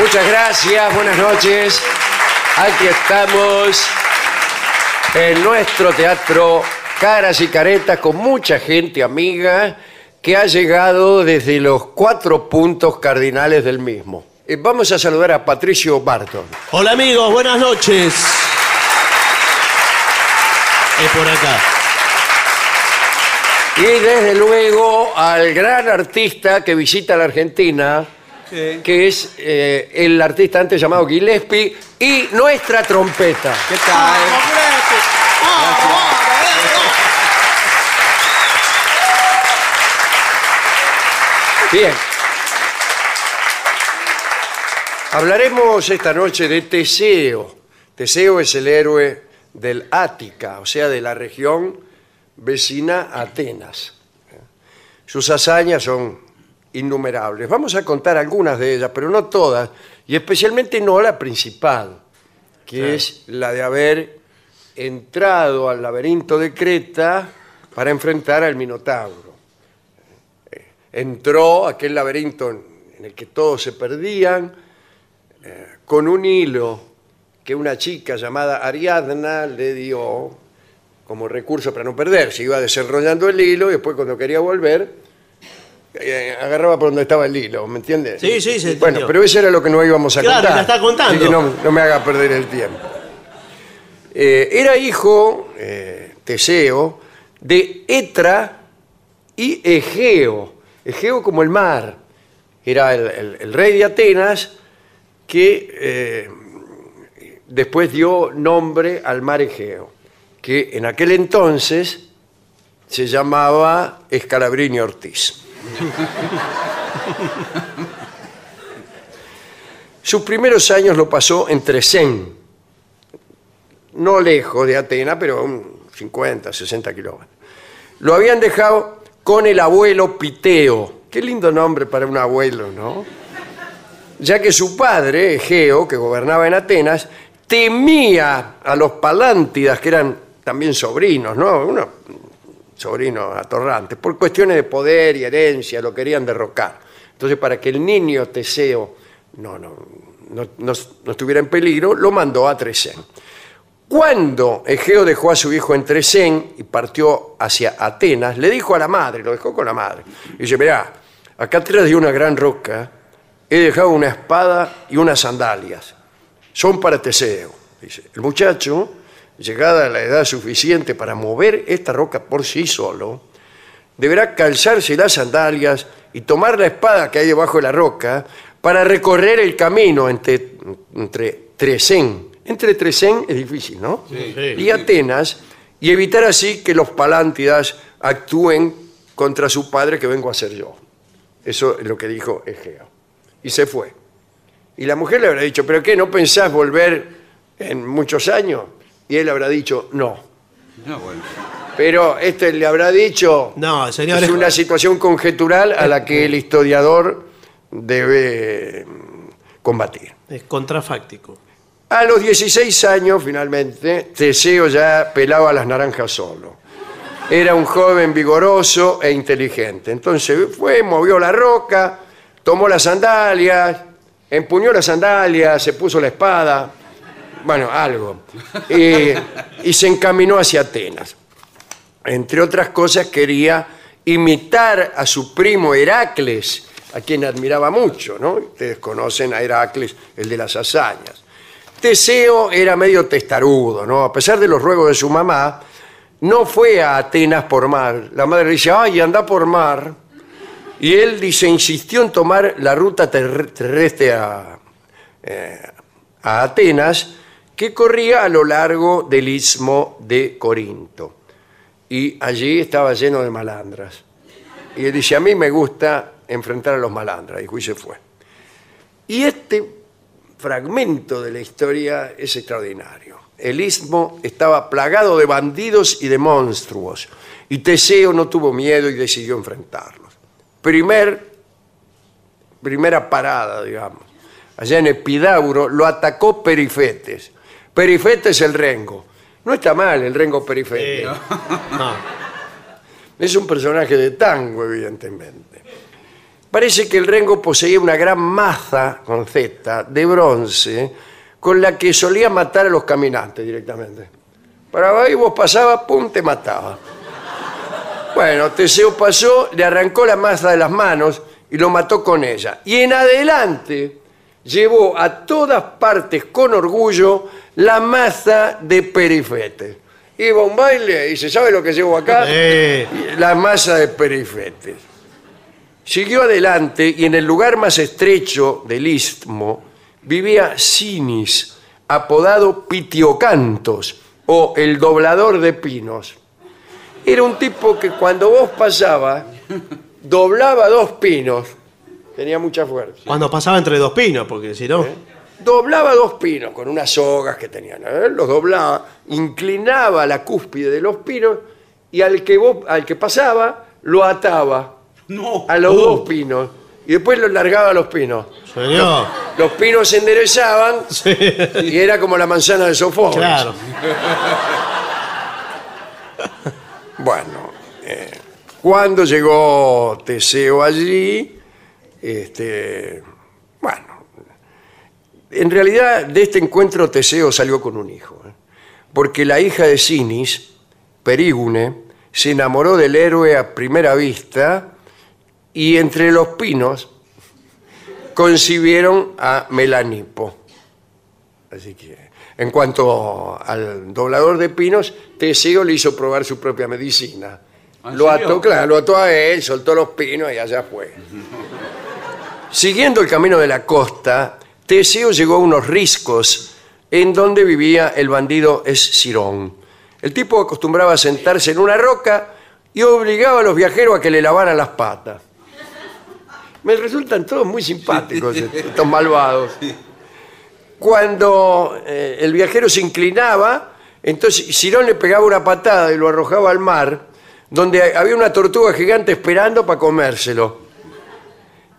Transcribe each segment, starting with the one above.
Muchas gracias, buenas noches. Aquí estamos en nuestro teatro Caras y Caretas con mucha gente amiga que ha llegado desde los cuatro puntos cardinales del mismo. Eh, Vamos a saludar a Patricio Barton. Hola amigos, buenas noches. Es por acá. Y desde luego al gran artista que visita la Argentina, que es eh, el artista antes llamado Gillespie, y nuestra trompeta. ¿Qué tal? Bien. Hablaremos esta noche de Teseo. Teseo es el héroe del Ática, o sea, de la región vecina a Atenas. Sus hazañas son innumerables. Vamos a contar algunas de ellas, pero no todas, y especialmente no la principal, que es la de haber entrado al laberinto de Creta para enfrentar al Minotauro Eh, entró a aquel laberinto en en el que todos se perdían, eh, con un hilo que una chica llamada Ariadna le dio como recurso para no perderse. Iba desenrollando el hilo y después cuando quería volver, eh, agarraba por donde estaba el hilo, ¿me entiendes? Sí, sí, se Bueno, entendió. pero eso era lo que no íbamos a Claro, contar. la está contando. Así que no, no me haga perder el tiempo. Eh, era hijo, eh, Teseo, de Etra y Egeo. Egeo como el mar. Era el, el- el rey de Atenas que eh, después dio nombre al mar Egeo, que en aquel entonces se llamaba Escalabrini Ortiz. Sus primeros años lo pasó en Tresén, no lejos de Atenas, pero a un 50, 60 kilómetros. Lo habían dejado con el abuelo Piteo. Qué lindo nombre para un abuelo, ¿no? Ya que su padre, Egeo, que gobernaba en Atenas, temía a los palántidas, que eran también sobrinos, ¿no? Unos sobrinos atorrantes, por cuestiones de poder y herencia, lo querían derrocar. Entonces, para que el niño Teseo no, no, no, no- no estuviera en peligro, lo mandó a Tresén. Cuando Egeo dejó a su hijo en Tresén y partió hacia Atenas, le dijo a la madre, lo dejó con la madre, y dice, mirá, acá atrás de una gran roca he dejado una espada y unas sandalias. Son para Teseo. Dice, el muchacho, llegada a la edad suficiente para mover esta roca por sí solo, deberá calzarse las sandalias y tomar la espada que hay debajo de la roca para recorrer el camino entre, entre Tresén. Entre Tresén es difícil, ¿no? Sí. Y Atenas, y evitar así que los palántidas actúen contra su padre que vengo a ser yo. Eso es lo que dijo Egeo. Y se fue. Y la mujer le habrá dicho, ¿pero qué? ¿No pensás volver en muchos años? Y él habrá dicho, no. Pero este le habrá dicho, No, señor. es una situación conjetural a la que el historiador debe mm, combatir. es contrafáctico. A los 16 años, finalmente, Teseo ya pelaba las naranjas solo. Era un joven vigoroso e inteligente. Entonces fue, movió la roca, tomó las sandalias, empuñó las sandalias, se puso la espada, bueno, algo. Eh, y se encaminó hacia Atenas. Entre otras cosas, quería imitar a su primo Heracles, a quien admiraba mucho, ¿no? Ustedes conocen a Heracles, el de las hazañas. Teseo era medio testarudo, ¿no? A pesar de los ruegos de su mamá, no fue a Atenas por mar. La madre le dice, ay, anda por mar. Y él dice, insistió en tomar la ruta ter- terrestre a, eh, a Atenas, que corría a lo largo del istmo de Corinto. Y allí estaba lleno de malandras. Y él dice, a mí me gusta enfrentar a los malandras. Dijo, y se fue. Y este fragmento de la historia es extraordinario. El istmo estaba plagado de bandidos y de monstruos, y Teseo no tuvo miedo y decidió enfrentarlos. Primer, primera parada, digamos. Allá en Epidauro lo atacó Perifetes. Perifetes el rengo. No está mal el rengo Perifetes. No. Es un personaje de tango, evidentemente. Parece que el Rengo poseía una gran maza con Z de bronce con la que solía matar a los caminantes directamente. Para abajo y vos pasabas, pum, te mataba. Bueno, Teseo pasó, le arrancó la maza de las manos y lo mató con ella. Y en adelante llevó a todas partes con orgullo la maza de Perifetes. Iba a un baile y se sabe lo que llevo acá Eh, la masa de perifetes. Siguió adelante y en el lugar más estrecho del istmo vivía Sinis, apodado Pitiocantos o el doblador de pinos. Era un tipo que cuando vos pasabas doblaba dos pinos, tenía mucha fuerza. cuando pasaba entre dos pinos, porque si no. Doblaba dos pinos con unas sogas que tenían. ¿eh? Los doblaba, inclinaba la cúspide de los pinos y al que, vos- al que pasaba lo ataba No. a los Oh. dos pinos y después los largaba a los pinos. Señor. Los pinos se enderezaban Sí, y era como la manzana de Sofocles. claro. Bueno, eh, cuando llegó Teseo allí, este, bueno, en realidad de este encuentro Teseo salió con un hijo, ¿eh? porque la hija de Sinis, Perigune, se enamoró del héroe a primera vista y entre los pinos concibieron a Melanipo. Así que, en cuanto al doblador de pinos, Teseo le hizo probar su propia medicina. Lo ató, claro, lo ató a él, soltó los pinos y allá fue. Siguiendo el camino de la costa, Teseo llegó a unos riscos en donde vivía el bandido Escirón. El tipo acostumbraba a sentarse en una roca y obligaba a los viajeros a que le lavaran las patas. Me resultan todos muy simpáticos estos malvados cuando eh, el viajero se inclinaba, entonces Cirón le pegaba una patada y lo arrojaba al mar, donde había una tortuga gigante esperando para comérselo.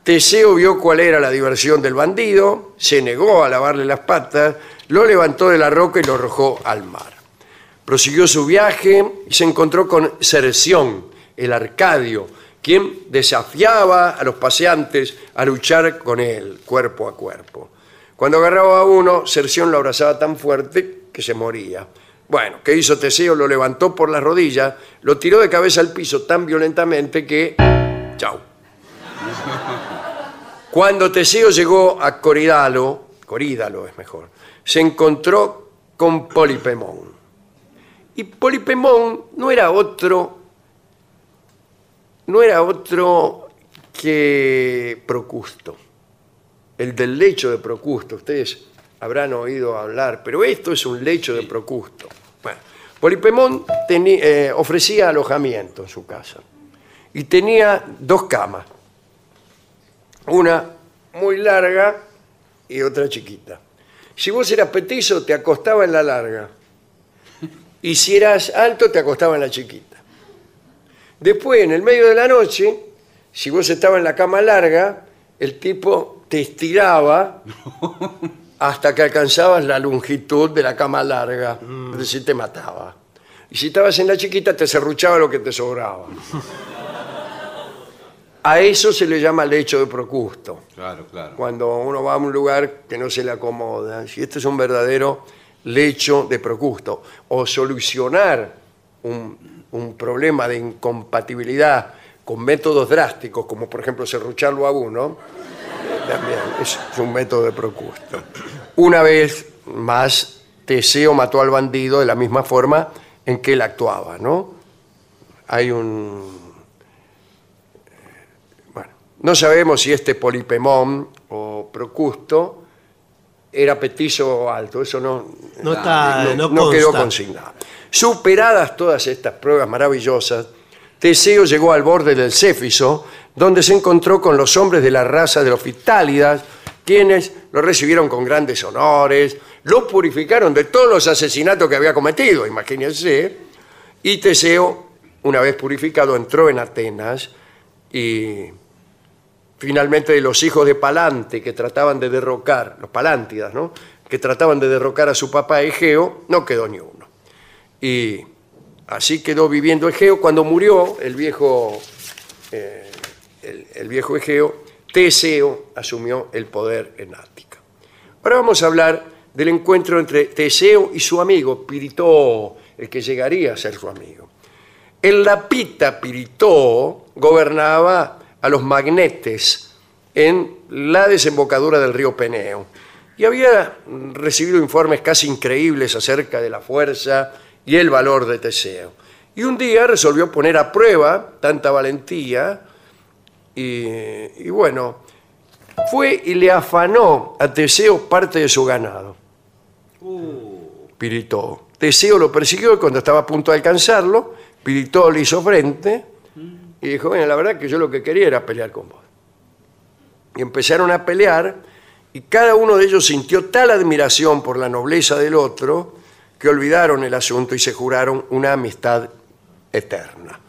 Teseo vio cuál era la diversión del bandido, se negó a lavarle las patas, lo levantó de la roca y lo arrojó al mar. Prosiguió su viaje y se encontró con Cerción, el arcadio, quien desafiaba a los paseantes a luchar con él, cuerpo a cuerpo. Cuando agarraba a uno, Cerción lo abrazaba tan fuerte que se moría. Bueno, ¿qué hizo Teseo? Lo levantó por las rodillas, lo tiró de cabeza al piso tan violentamente que... Chau. Cuando Teseo llegó a Coridalo, Corídalo es mejor, se encontró con Polipemón. Y Polipemón no era otro, no era otro que Procusto, el del lecho de Procusto. Ustedes habrán oído hablar, pero esto es un lecho de Procusto. Bueno, Polipemón teni- eh, ofrecía alojamiento en su casa y tenía dos camas, una muy larga y otra chiquita. Si vos eras petizo, te acostaba en la larga. Y si eras alto, te acostaba en la chiquita. Después, en el medio de la noche, si vos estabas en la cama larga, el tipo te estiraba hasta que alcanzabas la longitud de la cama larga. Es decir, te mataba. Y si estabas en la chiquita, te serruchaba lo que te sobraba. A eso se le llama lecho de Procusto Claro, claro. cuando uno va a un lugar que no se le acomoda. Si esto es un verdadero lecho de procusto, o solucionar un, un problema de incompatibilidad con métodos drásticos, como por ejemplo serrucharlo a uno, también es, es un método de procusto. Una vez más, Teseo mató al bandido de la misma forma en que él actuaba, ¿no? Hay un bueno, no sabemos si este Polipemón o Procusto era petizo o alto, eso no, No está- no quedó consta. consignado. Superadas todas estas pruebas maravillosas, Teseo llegó al borde del Céfiso, donde se encontró con los hombres de la raza de los Fitálidas, quienes lo recibieron con grandes honores, lo purificaron de todos los asesinatos que había cometido, imagínense, y Teseo, una vez purificado, entró en Atenas y finalmente de los hijos de Palante que trataban de derrocar, los Palántidas, ¿no? Que trataban de derrocar a su papá Egeo, no quedó ni uno. Y así quedó viviendo Egeo. Cuando murió el viejo, eh, el, el viejo Egeo, Teseo asumió el poder en Ática. Ahora vamos a hablar del encuentro entre Teseo y su amigo Piritoo, el que llegaría a ser su amigo. El lapita Piritoo gobernaba a los magnetes en la desembocadura del río Peneo y había recibido informes casi increíbles acerca de la fuerza y el valor de Teseo. Y un día resolvió poner a prueba tanta valentía y, y bueno, fue y le afanó a Teseo parte de su ganado. Piritó. Teseo lo persiguió y cuando estaba a punto de alcanzarlo, Piritó le hizo frente y dijo, bueno, la verdad que yo lo que quería era pelear con vos. Y empezaron a pelear y cada uno de ellos sintió tal admiración por la nobleza del otro que olvidaron el asunto y se juraron una amistad eterna.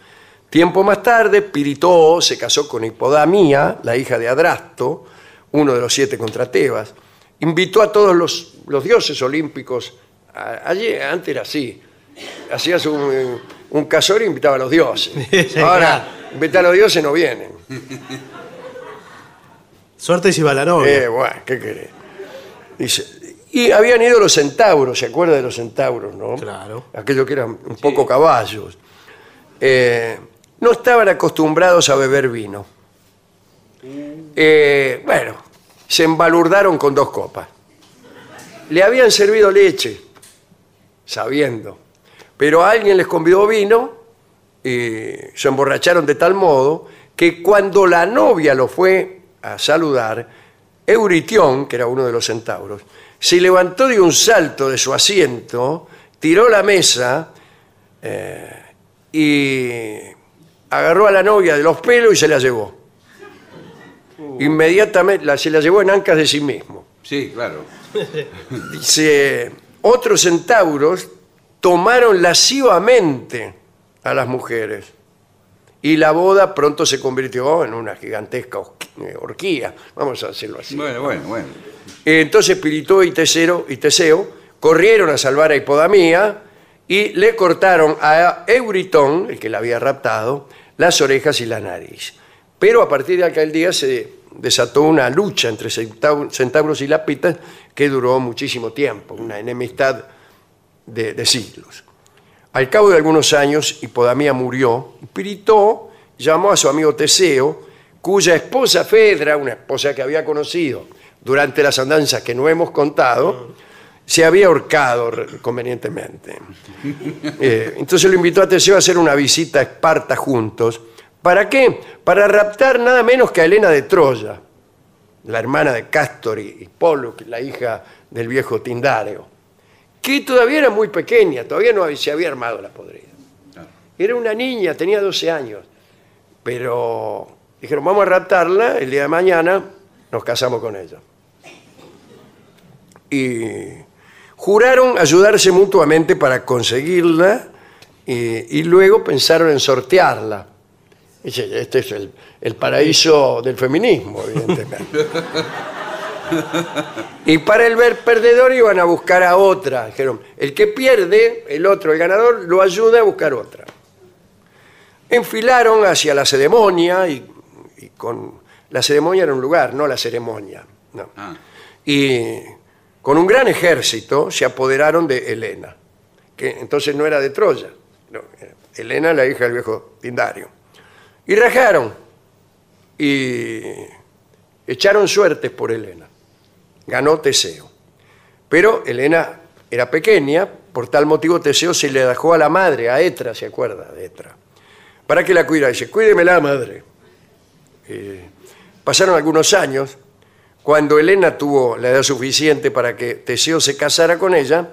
Tiempo más tarde, Piritoo se casó con Hipodamía, la hija de Adrasto, uno de los siete contra Tebas. Invitó a todos los, los dioses olímpicos. a- allí, antes era así. Hacías un, eh, un casorio e invitaba a los dioses. Sí, Ahora, invitar a los dioses no vienen. Suerte si va la novia. Eh, bueno, ¿qué querés? Dice, y habían ido los centauros, ¿se acuerda de los centauros, no? Claro. Aquellos que eran un poco caballos. Eh, no estaban acostumbrados a beber vino. Uh. Eh, bueno, se embalurdaron con dos copas. Le habían servido leche, sabiendo. Pero alguien les convidó vino eh, se emborracharon de tal modo que cuando la novia lo fue a saludar, Euritión, que era uno de los centauros, se levantó de un salto de su asiento, tiró la mesa eh, y agarró a la novia de los pelos y se la llevó. Inmediatamente la- se la llevó en ancas de sí mismo. Sí, claro. Dice, otros centauros tomaron lascivamente a las mujeres y la boda pronto se convirtió en una gigantesca orqui- eh, orgía, vamos a decirlo así. Bueno, bueno, bueno. Entonces Piritó y Teseo, y Teseo corrieron a salvar a Hipodamía y le cortaron a Euritón, el que la había raptado, las orejas y la nariz. Pero a partir de aquel día se desató una lucha entre centau- centauros y lapitas que duró muchísimo tiempo, una enemistad de, de siglos. Al cabo de algunos años, Hipodamía murió y Pirito llamó a su amigo Teseo, cuya esposa Fedra, una esposa que había conocido durante las andanzas que no hemos contado, se había ahorcado re- convenientemente. Eh, entonces lo invitó a Teseo a hacer una visita a Esparta juntos. ¿Para qué? Para raptar nada menos que a Helena de Troya, la hermana de Castor y y Polo, que es la hija del viejo Tindareo, que todavía era muy pequeña, todavía no hab- se había armado la podrida. Era una niña, tenía 12 años, pero dijeron, vamos a raptarla, el día de mañana nos casamos con ella y juraron ayudarse mutuamente para conseguirla eh, y, luego pensaron en sortearla. Dice, Este es el, el paraíso del feminismo, evidentemente. Y para el ver perdedor iban a buscar a otra. Dijeron, el que pierde, el otro, el ganador, lo ayuda a buscar otra. Enfilaron hacia la ceremonia y, y con... La ceremonia era un lugar, no la ceremonia. no y con un gran ejército se apoderaron de Helena, que entonces no era de Troya, no, era Helena la hija del viejo Tindario. Y rajaron y echaron suertes por Helena. Ganó Teseo. Pero Helena era pequeña, por tal motivo Teseo se le dejó a la madre, a Etra, ¿se acuerda? De Etra. Para que la cuidara. Dice, cuídemela, madre. Eh, pasaron algunos años cuando Helena tuvo la edad suficiente para que Teseo se casara con ella,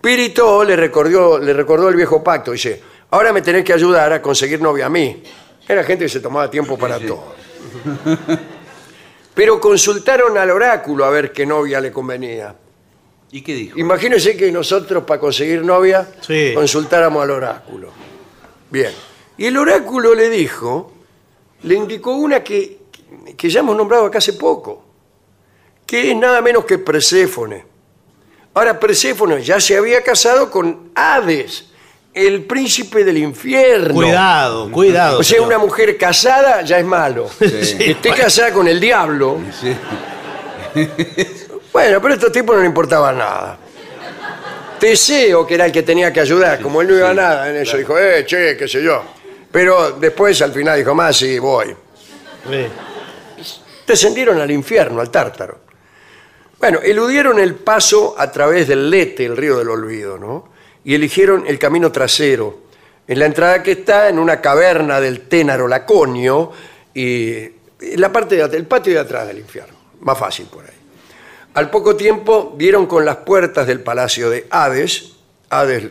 Pirito le recordó, le recordó el viejo pacto. Dice, ahora me tenés que ayudar a conseguir novia a mí. Era gente que se tomaba tiempo para todo. Pero consultaron al oráculo a ver qué novia le convenía. ¿Y qué dijo? Imagínense que nosotros para conseguir novia Sí. consultáramos al oráculo. Bien. Y el oráculo le dijo, le indicó una que, que ya hemos nombrado acá hace poco, que es nada menos que Perséfone. Ahora, Perséfone ya se había casado con Hades, el príncipe del infierno. Cuidado, cuidado. O sea, señor. una mujer casada ya es malo. Que Esté casada con el diablo. Bueno, pero a estos tipos no le importaba nada. Teseo, que era el que tenía que ayudar, como él no iba a nada en eso, dijo, eh, che, qué sé yo. Pero después al final dijo, más, sí, voy. Sí. Descendieron al infierno, al tártaro. Bueno, eludieron el paso a través del Lete, el río del olvido, ¿no? Y eligieron el camino trasero, en la entrada que está en una caverna del Ténaro Laconio, y y la parte de, at- el patio de atrás del infierno, más fácil por ahí. Al poco tiempo dieron con las puertas del palacio de Hades. Hades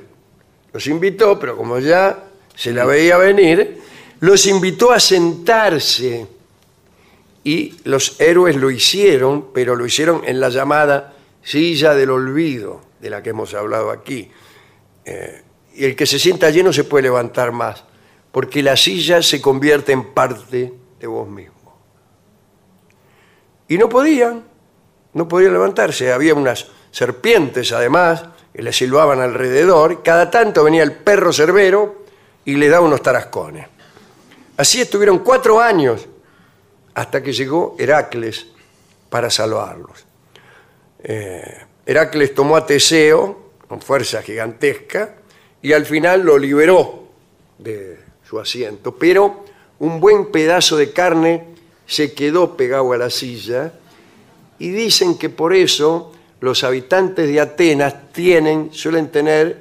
los invitó, pero como ya se la veía venir, los invitó a sentarse y los héroes lo hicieron, pero lo hicieron en la llamada silla del olvido, de la que hemos hablado aquí. Eh, y el que se sienta allí no se puede levantar más, porque la silla se convierte en parte de vos mismo. Y no podían, no podían levantarse, había unas serpientes además, que le silbaban alrededor, cada tanto venía el perro cerbero y le daba unos tarascones. Así estuvieron cuatro años hasta que llegó Heracles para salvarlos. Eh, Heracles tomó a Teseo con fuerza gigantesca y al final lo liberó de su asiento, pero un buen pedazo de carne se quedó pegado a la silla y dicen que por eso los habitantes de Atenas tienen, suelen tener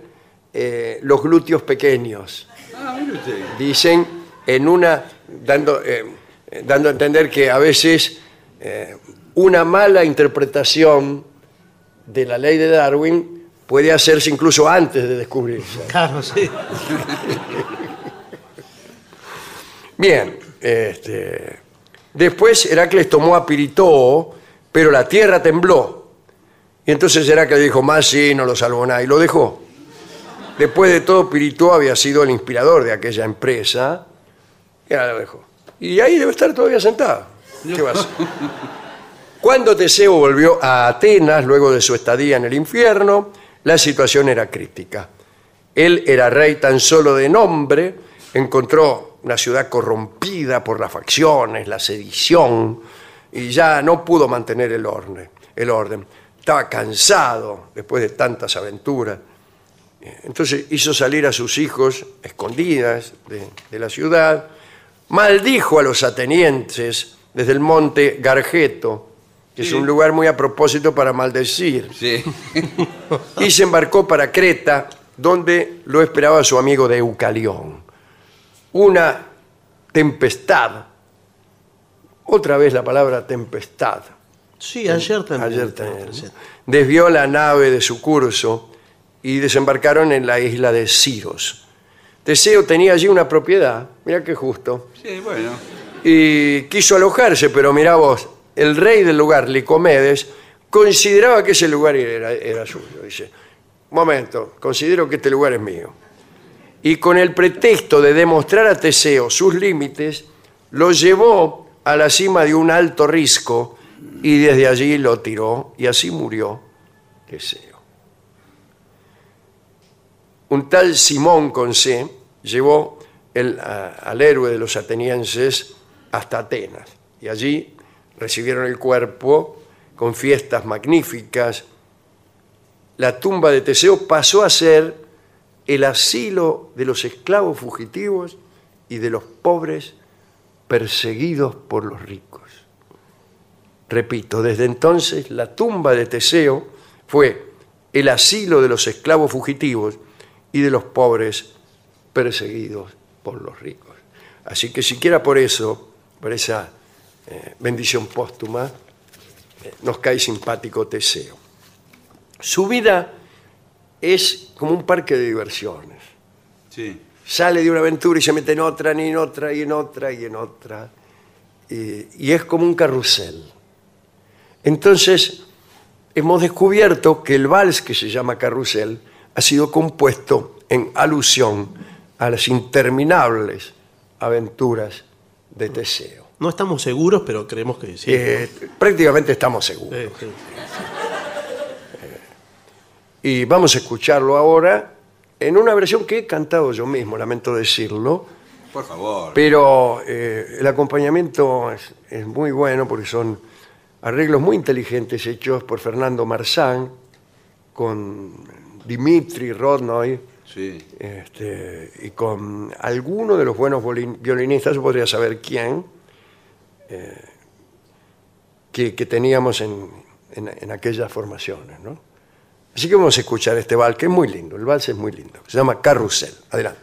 eh, los glúteos pequeños Ah, mire usted. dicen en una dando eh, eh, dando a entender que a veces eh, una mala interpretación de la ley de Darwin puede hacerse incluso antes de descubrirse. Claro, sí. Bien, este, después Heracles tomó a Piritoo, pero la tierra tembló. Y entonces Heracles dijo, más sí, no lo salvó nada, y lo dejó. Después de todo, Piritoo había sido el inspirador de aquella empresa, y ahora lo dejó. Y ahí debe estar todavía sentado. ¿Qué va a hacer? Cuando Teseo volvió a Atenas, luego de su estadía en el infierno, la situación era crítica. Él era rey tan solo de nombre, encontró una ciudad corrompida por las facciones, la sedición, y ya no pudo mantener el orden. El orden. Estaba cansado después de tantas aventuras. Eh, Entonces hizo salir a sus hijos escondidas de, de la ciudad, maldijo a los atenienses desde el monte Gargeto, que es Sí. un lugar muy a propósito para maldecir, Sí. y se embarcó para Creta, donde lo esperaba su amigo de Eucalión. Una tempestad, otra vez la palabra tempestad, Sí, ayer también. ayer también, desvió la nave de su curso y desembarcaron en la isla de Ciros. Teseo tenía allí una propiedad, mira qué justo, Sí, bueno. y quiso alojarse, pero mirá vos, el rey del lugar, Licomedes, consideraba que ese lugar era, era suyo. Dice, momento, considero que este lugar es mío. Y con el pretexto de demostrar a Teseo sus límites, lo llevó a la cima de un alto risco y desde allí lo tiró y así murió Teseo. Un tal Simón con C llevó el- a- al héroe de los atenienses hasta Atenas y allí recibieron el cuerpo con fiestas magníficas. La tumba de Teseo pasó a ser el asilo de los esclavos fugitivos y de los pobres perseguidos por los ricos. Repito, desde entonces la tumba de Teseo fue el asilo de los esclavos fugitivos y de los pobres perseguidos por los ricos. Así que siquiera por eso, por esa eh, bendición póstuma, eh, nos cae simpático Teseo. Su vida es como un parque de diversiones Sí. sale de una aventura y se mete en otra, ni en otra, y en otra, y en otra. Y, y es como un carrusel. Entonces, hemos descubierto que el vals que se llama carrusel ha sido compuesto en alusión a las interminables aventuras de Teseo. No estamos seguros, pero creemos que sí. Eh, prácticamente estamos seguros. Sí, sí. Y vamos a escucharlo ahora en una versión que he cantado yo mismo, lamento decirlo, Por favor. Pero eh, el acompañamiento es, es muy bueno porque son arreglos muy inteligentes hechos por Fernando Marzán con Dimitri Rodnoy Sí. este, y con alguno de los buenos violin- violinistas, yo podría saber quién, eh, que, que teníamos en, en- en aquellas formaciones. ¿no? Así que vamos a escuchar este vals, que es muy lindo, el vals es muy lindo, se llama Carrusel. Adelante.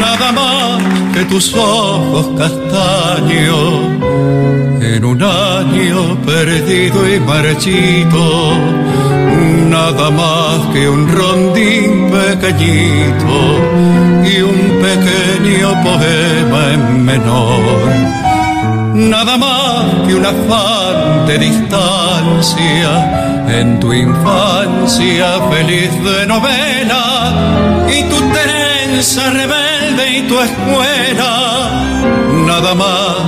nada más que tus ojos castaños en un año perdido y marchito, nada más que un rondín pequeñito y un pequeño poema en menor nada más que un afán de distancia en tu infancia feliz de novela y tu trenza rebelde y tu escuela nada más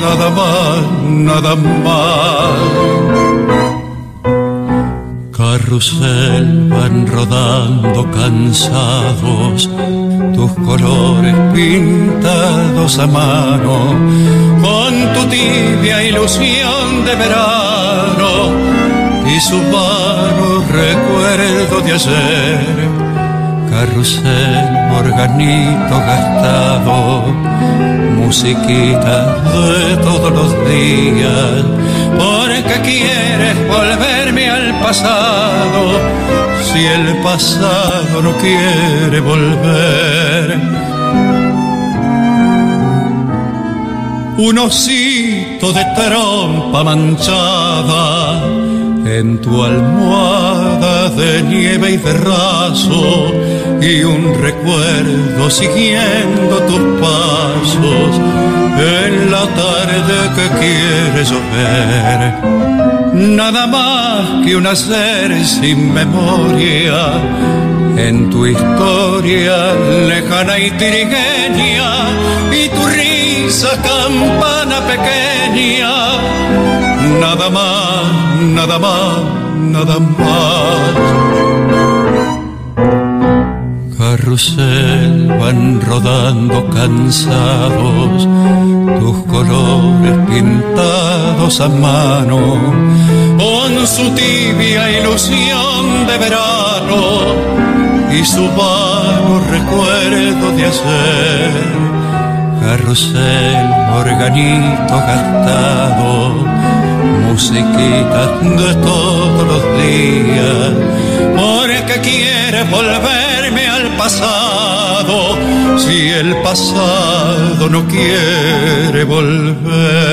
nada más nada más Carrusel van rodando cansados, tus colores pintados a mano, con tu tibia ilusión de verano y su vano recuerdo de ayer. Carrusel, organito gastado, musiquita de todos los días, porque quieres volverme al pasado, si el pasado no quiere volver. un osito de trompa manchada en tu almohada de nieve y de raso y un recuerdo siguiendo tus pasos en la tarde que quiere llover nada más que un hacer sin memoria en tu historia lejana y tirigueña y tu risa campana pequeña nada más nada más nada más carrusel van rodando cansados tus colores pintados a mano con su tibia ilusión de verano y su vago recuerdo de hacer carrusel organito gastado musiquitas de todos los días, porque quieres volverme al pasado, si el pasado no quiere volver.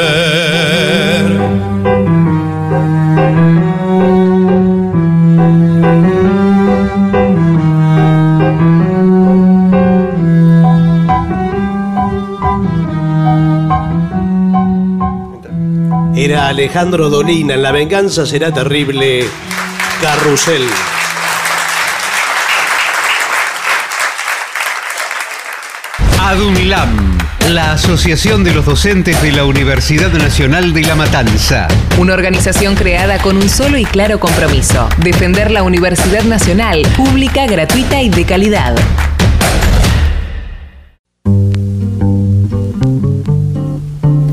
Era Alejandro Dolina, en La venganza será terrible, Carrusel. Adunilam, la Asociación de los Docentes de la Universidad Nacional de La Matanza. Una organización creada con un solo y claro compromiso, defender la Universidad Nacional, pública, gratuita y de calidad.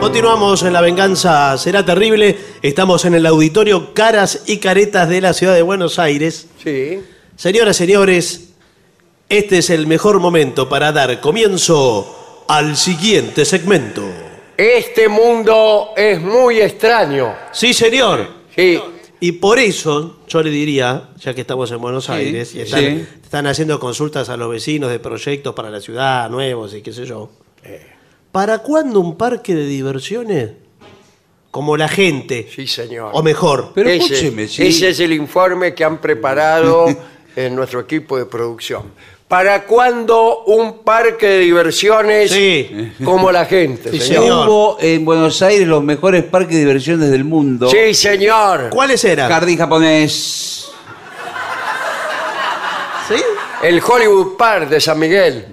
Continuamos en La venganza será terrible. Estamos en el auditorio Caras y Caretas de la ciudad de Buenos Aires. Sí. Señoras, señores, este es el mejor momento para dar comienzo al siguiente segmento. Este mundo es muy extraño. Sí, señor. Sí. Y por eso yo le diría, ya que estamos en Buenos Aires y están, sí. están haciendo consultas a los vecinos de proyectos para la ciudad, nuevos y qué sé yo. Eh. ¿Para cuándo un parque de diversiones? Como la gente. Sí, señor. O mejor. Pero ese, escúcheme, sí. ese es el informe que han preparado en nuestro equipo de producción. ¿Para cuándo un parque de diversiones Sí. como la gente? Sí, señor? señor. Hubo en Buenos Aires los mejores parques de diversiones del mundo. Sí, señor. ¿Cuáles eran? Jardín japonés. ¿Sí? El Hollywood Park de San Miguel.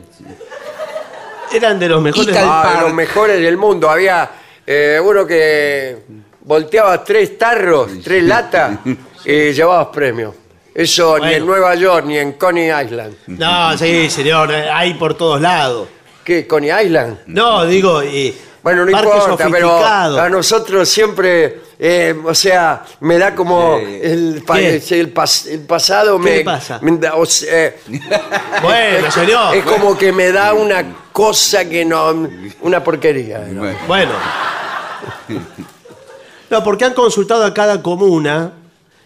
Eran de los mejores. Ital- Ah, Park. los mejores del mundo. Había eh, uno que volteaba tres tarros, tres latas y llevabas premio. Eso ni en Bueno. Nueva York ni en Coney Island. No, sí, señor, hay por todos lados. ¿Qué? ¿Coney Island? No, digo, eh, Bueno, no parques importa, pero sofisticados. a nosotros siempre, eh, o sea, me da como el, pa- ¿Qué? el pas- el pasado ¿Qué me, le pasa? me da- o sea, Bueno, señor. es como que me da una cosa que no, una porquería. ¿no? Bueno, Bueno. No, porque han consultado a cada comuna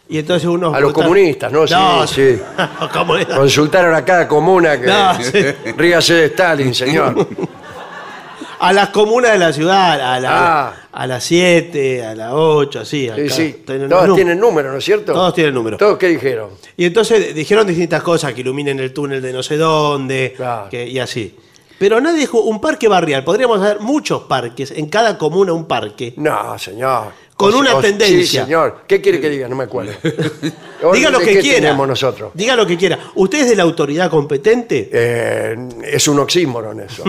y entonces unos A los votan- comunistas, ¿no? Sí, sí. A los comunistas. Consultaron a cada comuna que No, sí. ríase de Stalin, señor. A las comunas de la ciudad, a la Ah. a las 7, a las 8, así. a Sí, cada- sí. tienen Todos un- tienen número, ¿no es cierto? Todos tienen número. ¿Todos qué dijeron? Y entonces dijeron distintas cosas, que iluminen el túnel de no sé dónde, Claro. que- y así. Pero nadie dijo un parque barrial. Podríamos hacer muchos parques, en cada comuna un parque. No, señor. Con una Sí, tendencia. señor. ¿Qué quiere que diga? No me acuerdo. Ahora, Diga lo ¿de que qué quiera. tenemos nosotros. Diga lo que quiera. ¿Usted es de la autoridad competente? Eh, es un oxímoron eso.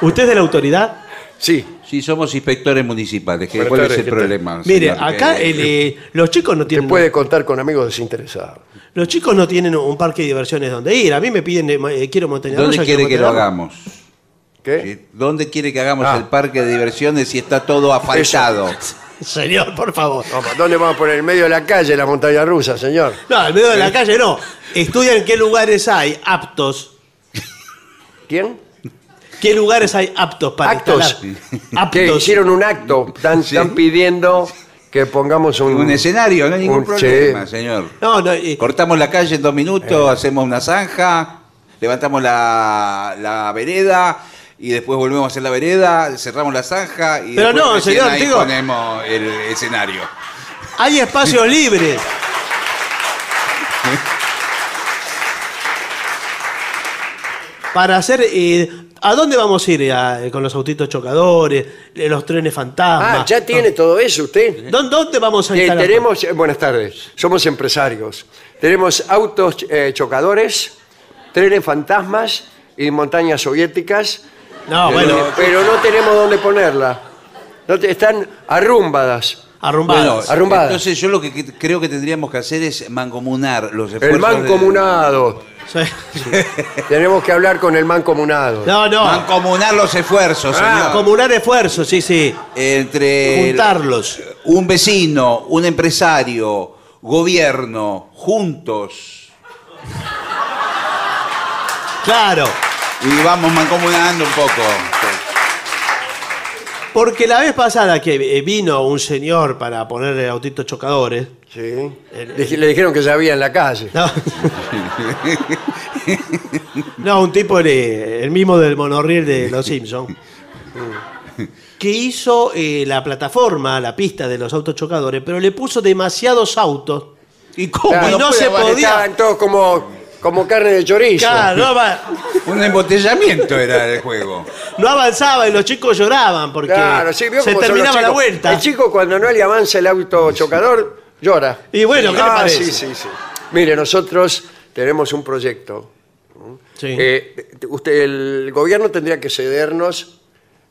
¿Usted es de la autoridad? Sí. sí, somos inspectores municipales. ¿qué- ¿Cuál es el problema? Mire, señor? acá Que- el, eh, los chicos no Te tienen puede contar con amigos desinteresados. los chicos no tienen un parque de diversiones donde ir. A mí me piden eh, eh, quiero montaña ¿Dónde rusa, quiere quiero que lo Montaña hagamos? Eh, ¿Qué? ¿Dónde quiere que hagamos Ah. el parque de diversiones si está todo asfaltado? Señor, por favor. No, ¿pa' ¿Dónde vamos a poner? En medio de la calle, la montaña rusa, señor. No, en medio de la calle no. Estudia en qué lugares hay aptos. ¿Quién? ¿Qué lugares hay aptos para Actos. instalar? Que Aptos. hicieron un acto. Están, están pidiendo que pongamos un, Un escenario, no hay ningún un- problema, sí. señor. No, no, eh, Cortamos la calle en dos minutos, hacemos una zanja, levantamos la, la vereda y después volvemos a hacer la vereda, cerramos la zanja y Pero después no, recién señor, ahí digo- ponemos el escenario. hay espacios libres. Para hacer. eh, ¿A dónde vamos a ir? Ah, con los autitos chocadores, eh, los trenes fantasmas. Ah, ya tiene todo eso usted. ¿Dó- ¿Dónde vamos a Eh, instalar? tenemos, eh, buenas tardes, somos empresarios. Tenemos autos eh, chocadores, trenes fantasmas y montañas soviéticas. No, pero, Ah, bueno, pero no tenemos dónde ponerla. No te- están arrumbadas. Bueno, arrumbados. Arrumbada. entonces yo lo que que- creo que tendríamos que hacer es mancomunar los esfuerzos. El mancomunado. Sí. Tenemos que hablar con el mancomunado. No, de- no. Mancomunar los Ah. esfuerzos, señor. Comunar esfuerzos, sí, sí. Entre Juntarlos. un vecino, un empresario, gobierno, juntos. Claro. Y vamos mancomunando un poco. Porque la vez pasada que eh, vino un señor para ponerle autitos chocadores. Sí. Le, le dijeron que ya había en la calle. No, No, un tipo, de- el mismo del monorriel de Los Simpsons, que hizo eh, la plataforma, la pista de los autos chocadores, pero le puso demasiados autos. ¿Y cómo? Claro, y no se estaban podía. todos como, como carne de chorizo. Claro, no, va- Un embotellamiento era el juego. no avanzaba y los chicos lloraban porque Claro, sí, vio se cómo son los terminaba la chicos. vuelta. El chico cuando no le avanza el auto chocador, llora. Y bueno, ¿qué le Ah, parece? Sí, sí, sí. Mire, nosotros tenemos un proyecto. Sí. Eh, usted, el gobierno tendría que cedernos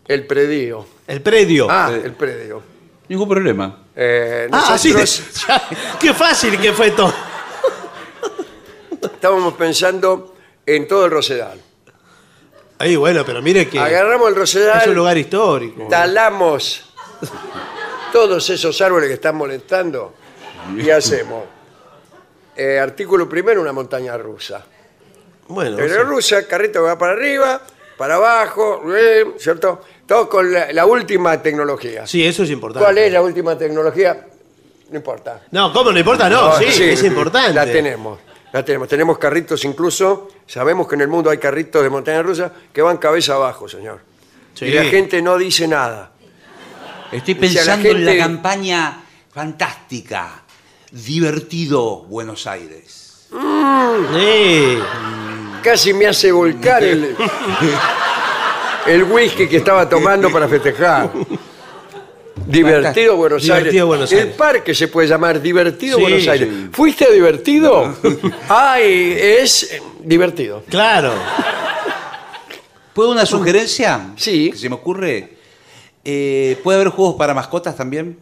el predio. el predio. Ah, el predio. Ningún problema. Eh, Ah, así nosotros de- ya, qué fácil que fue todo. estábamos pensando en todo el Rosedal. Ahí, bueno, pero mire que Agarramos el Rosedal, es un lugar histórico. talamos todos esos árboles que están molestando y hacemos. eh, artículo primero, una montaña rusa. Bueno, Pero sí. rusa, carrito que va para arriba, para abajo, eh, ¿cierto? Todo con la, la última tecnología. Sí, eso es importante. ¿Cuál es la última tecnología? No importa. No, ¿cómo no importa? Ah, No, No, sí, es importante. La tenemos, la tenemos. Tenemos carritos incluso, sabemos que en el mundo hay carritos de montaña rusa que van cabeza abajo, señor. Sí. Y la gente no dice nada. Estoy O sea, la pensando en la gente- campaña fantástica, divertido Buenos Aires. Sí. Casi me hace volcar el, el whisky que estaba tomando para festejar. Divertido Buenos Divertido Aires. Buenos El Aires. parque se puede llamar Divertido Sí. Buenos Aires. ¿Fuiste divertido? Ay, es eh, divertido. Claro. ¿Puedo una sugerencia? Sí. Que se me ocurre. Eh, ¿Puede haber juegos para mascotas también?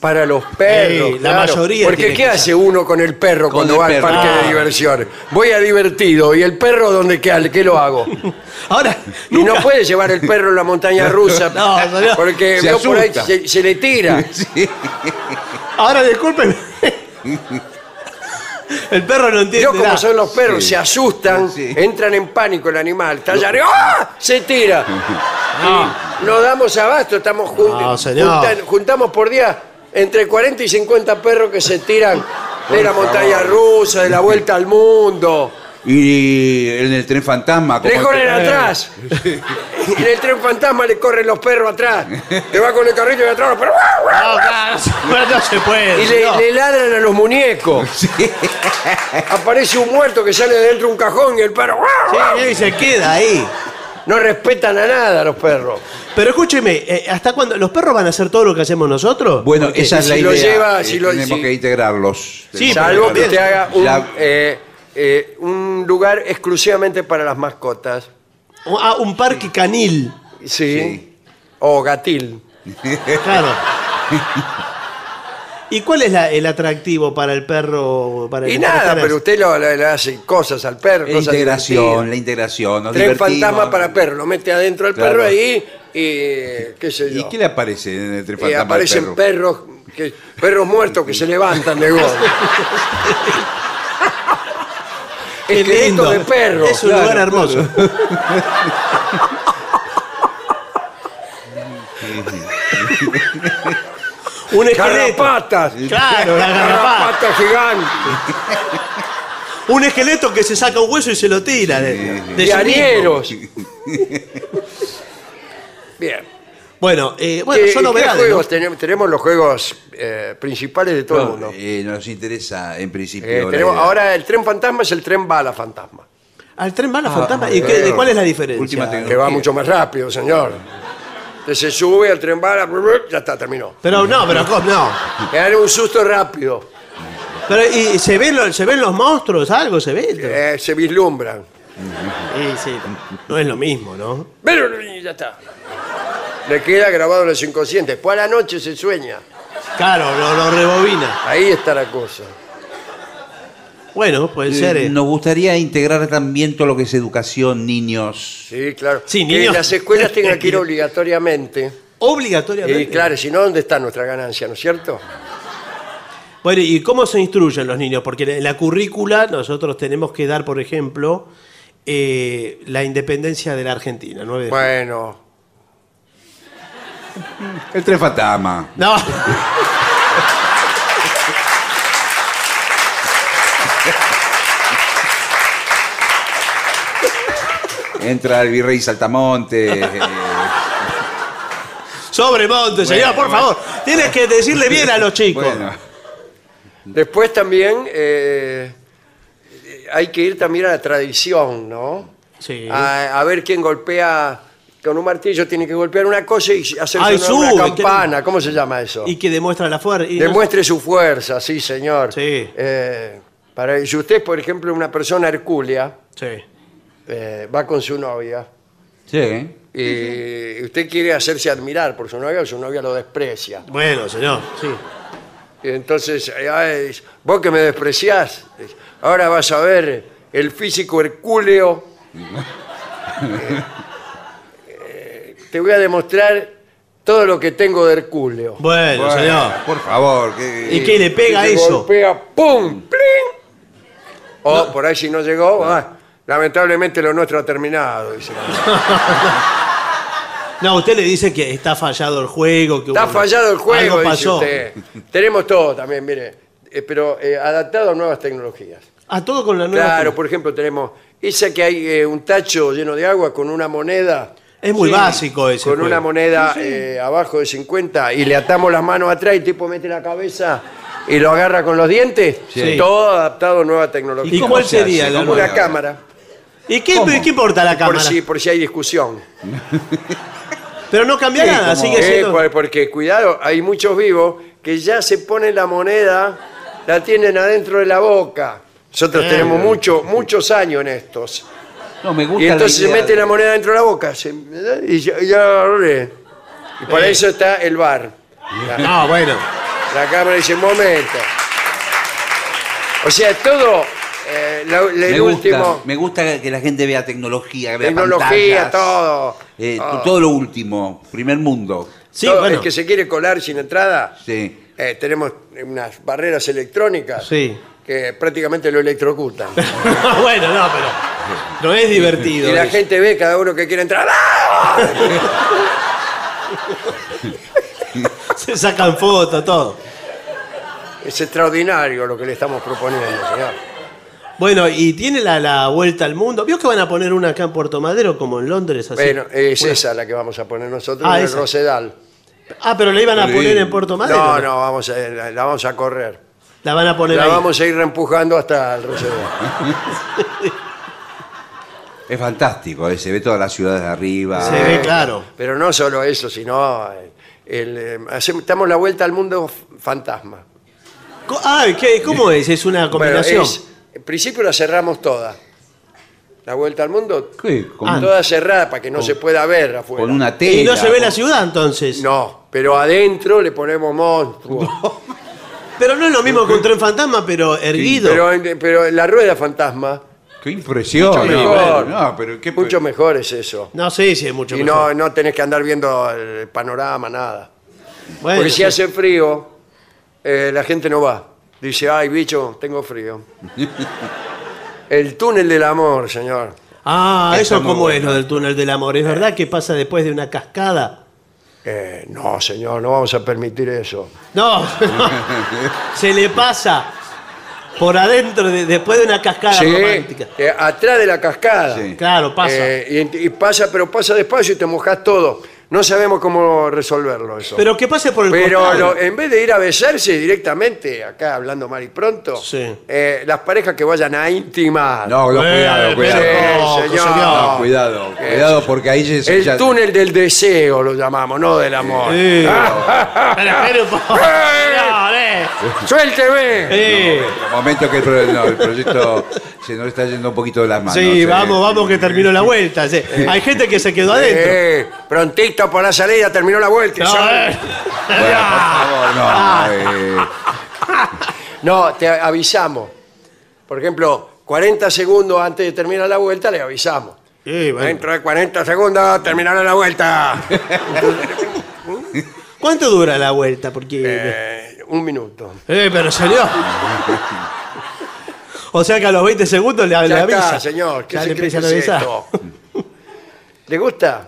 Para los perros. Sí, la claro. mayoría Porque tiene ¿qué que hace uno con el perro Con cuando el va perro. al parque Ah. de diversión? Voy a divertido. ¿Y el perro dónde queda? ¿Qué lo hago? Ahora, Y no nunca- puede llevar el perro en la montaña rusa. No, señor. Porque Se veo por ahí asusta. se, se le tira. ahora disculpen. El perro no entiende. Yo como nada. son los perros, se asustan, Sí. entran en pánico el animal, está allá arriba, ¡ah! se tira. No. Nos damos abasto, estamos juntos. No, señor. juntamos por día entre 40 y 50 perros que se tiran de la montaña rusa, de la vuelta al mundo. Y en el tren fantasma. como Le corren el- atrás. En el tren fantasma le corren los perros atrás. Le va con el carrito y atrás los perros. ¡guau, guau! No, claro, no, se puede. Y le, no. le ladran a los muñecos. Aparece un muerto que sale de dentro de un cajón y el perro. ¡guau, guau! Sí, y se queda ahí. No respetan a nada los perros. Pero escúcheme, eh, ¿hasta cuándo? ¿Los perros van a hacer todo lo que hacemos nosotros? Bueno, Porque esa es si la lo idea. lleva- si Eh, lo- Tenemos si- que integrarlos. Sí, Salvo que pero- te haga un, Ya- eh, eh, un lugar exclusivamente para las mascotas. Ah, un parque canil. Sí. O gatil. Claro. ¿Y cuál es la- el atractivo para el perro? Para Y el nada, catanás? pero usted lo- le, le hace cosas al perro. La cosas integración, divertidas. la integración. nos Tres divertimos. fantasmas para perro. Lo mete adentro del Claro. perro ahí y qué sé yo. ¿Y qué le aparece en el tres Y fantasmas al aparecen perro? perros, que, perros muertos que se levantan de golpe. Qué Esqueletos lindo. de perro. Es un Claro. lugar hermoso. un esqueleto. Garrapatas. Claro, la garrapata. Garrapatas gigantes. Un esqueleto que se saca un hueso y se lo tira. De, de De sí mismo. anieros. Bien. Bueno, eh, bueno ¿Qué- son qué novedades. ¿no? juegos tenemos? Tenemos los juegos eh, principales de todo el mundo. No, eh, nos interesa en principio. Eh, la tenemos- idea. ahora el tren fantasma es el tren bala fantasma. Al tren Ah, bala fantasma. ¿Y claro. qué- de cuál es la diferencia? Última tecnología. Que va mucho más rápido, señor. Usted se sube al tren bala, brr, brr, ya está, terminó. Pero no, pero ¿cómo? no. Era un susto rápido. Pero, ¿y se ven, los, se ven los monstruos? ¿Algo se ve? Eh, se vislumbran. Sí, sí. No es lo mismo, ¿no? Pero y ya está. Le queda grabado en los inconscientes. Después a la noche se sueña. Claro, lo, lo rebobina. Ahí está la cosa. Bueno, puede ser. eh. Eh, Nos gustaría integrar también todo lo que es educación, niños. Sí, claro. Sí, que niños. las escuelas tengan que ir obligatoriamente. Obligatoriamente. Y claro, si no, ¿dónde está nuestra ganancia, no es cierto? Bueno, ¿y cómo se instruyen los niños? Porque en la currícula nosotros tenemos que dar, por ejemplo, eh, la independencia de la Argentina. ¿no? Bueno, El tres fantasma. No. Entra el virrey Saltamonte. eh, Sobre monte, señor, por bueno. favor. Tienes que decirle bien a los chicos. bueno, Después también eh, hay que ir también a la tradición, ¿no? Sí. A, a ver quién golpea con un martillo, tiene que golpear una cosa y hacer Ay, sonar una sube, campana. ¿Cómo se llama eso? Y que demuestra la fuerza. y no- Demuestre su fuerza, sí, señor. Sí. Eh, para, si usted, por ejemplo, una persona hercúlea, Sí. eh, va con su novia sí. y Eh, usted quiere hacerse admirar por su novia o su novia lo desprecia. Bueno, señor, sí. Y entonces, ay, vos que me despreciás, ahora vas a ver el físico hercúleo. Eh, eh, te voy a demostrar todo lo que tengo de hercúleo. Bueno, Bueno, señor. Por favor. que- ¿Y qué le pega Y te eso? golpea, ¡pum! ¡Pling! O por ahí si no llegó, ah, lamentablemente lo nuestro ha terminado. dice. No, usted le dice que está fallado el juego. Que Está hubo- fallado el juego, Algo dice pasó. usted. Tenemos todo también, mire, eh, pero eh, adaptado a nuevas tecnologías. A Ah, todo con la nueva. Claro, por ejemplo, tenemos esa que hay eh, un tacho lleno de agua con una moneda. Es muy básico ese. Con juego. una moneda eh, abajo de 50 y le atamos las manos atrás y el tipo mete la cabeza y lo agarra con los dientes. Sí. Todo adaptado a nueva tecnología. ¿Y cómo cuál se hace? sería la Como ¿Cómo una no? cámara, ¿Y qué, qué importa la por cámara? si, por si hay discusión. Pero no cambia nada, sigue Eh, siendo. por- porque cuidado, hay muchos vivos que ya se ponen la moneda, la tienen adentro de la boca. Nosotros Eh. tenemos mucho, muchos años en estos. No, me gusta Y entonces la se idea mete de- la moneda dentro de la boca. se- y ya, y ya agarré. Y para Eh. eso está el bar. La, No, bueno. la cámara dice, momento. O sea, todo eh, la- el Me gusta, último, me gusta que la gente vea tecnología, que vea tecnología, pantallas, todo. eh, todo. Todo lo último, primer mundo. Sí, Todo bueno. El que se quiere colar sin entrada, Sí. eh, tenemos unas barreras electrónicas Sí. que prácticamente lo electrocutan. bueno, no, pero. No es divertido. y la eso. gente ve cada uno que quiere entrar. ¡Ah! Se sacan fotos, todo. Es extraordinario lo que le estamos proponiendo, señor. Bueno, y tiene la, la vuelta al mundo. ¿Vio que van a poner una acá en Puerto Madero como en Londres? Así? Bueno, eh, es esa la que vamos a poner nosotros Ah, en el esa. Rosedal. Ah, pero la iban a Sí. poner en Puerto Madero. No, no, vamos a, la, la vamos a correr. La van a poner La ahí. vamos a ir reempujando hasta el Rosedal. Es fantástico, eh, se ve todas las ciudades de arriba. Se ve claro. Pero no solo eso, sino eh, el, eh, hacemos- damos la vuelta al mundo f- fantasma. Co- Ah, ¿qué, ¿cómo es? Es una Bueno, combinación. es- en principio la cerramos toda. La vuelta al mundo, Sí, con, Ah, toda cerrada para que no se pueda ver afuera. con una tela. y no se ve la con- ciudad entonces. No, pero adentro le ponemos monstruos. Pero no es lo mismo que un tren fantasma, pero erguido. Pero, en- pero la rueda fantasma, ¡Qué impresión! mucho no, mejor. bueno, no, pero qué mucho mejor es eso. No sé si es mucho y mejor. no, no tenés que andar viendo el panorama, nada. Bueno, Porque si sí. hace frío, eh, la gente no va. Dice, ay, bicho, tengo frío. El túnel del amor, señor. Ah, Está eso muy como bueno. es lo del túnel del amor. ¿Es verdad que pasa después de una cascada? Eh, no, señor, no vamos a permitir eso. No, se le pasa por adentro, de- después de una cascada Sí, romántica. eh, atrás de la cascada. Sí. Claro, pasa. Eh, y, y pasa, pero pasa despacio y te mojás todo. No sabemos cómo resolverlo eso. pero que pase por el Pero costado. lo- en vez de ir a besarse directamente, acá hablando mal y pronto, Sí. eh, las parejas que vayan a intimar. No, no, Eh, cuidado, pero- cuidado. Sí, no, señor. señor. No, cuidado, cuidado, porque ahí ya- El ya- túnel del deseo lo llamamos, no del amor. Sí. Eh. Pero espere un poco. Señor, eh. ¡Suélteme! Eh. El momento que el, pro- no, el proyecto se nos está yendo un poquito de las manos. Sí, eh. vamos, vamos que terminó la vuelta. sí. Hay gente que se quedó adentro. Eh, prontito por la salida, terminó la vuelta. No, ¿sabes? eh. Bueno, por favor, Ah. no, eh. No, te avisamos. Por ejemplo, 40 segundos antes de terminar la vuelta, le avisamos. Sí, bueno. Dentro de 40 segundos terminará la vuelta. ¿Cuánto dura la vuelta? Porque. Eh, un minuto. Eh, pero señor. O sea que a los 20 segundos le, le Ya avisa. está, señor. ¿Qué Ya se le cree empiezan a que es avisar. esto? ¿Le gusta?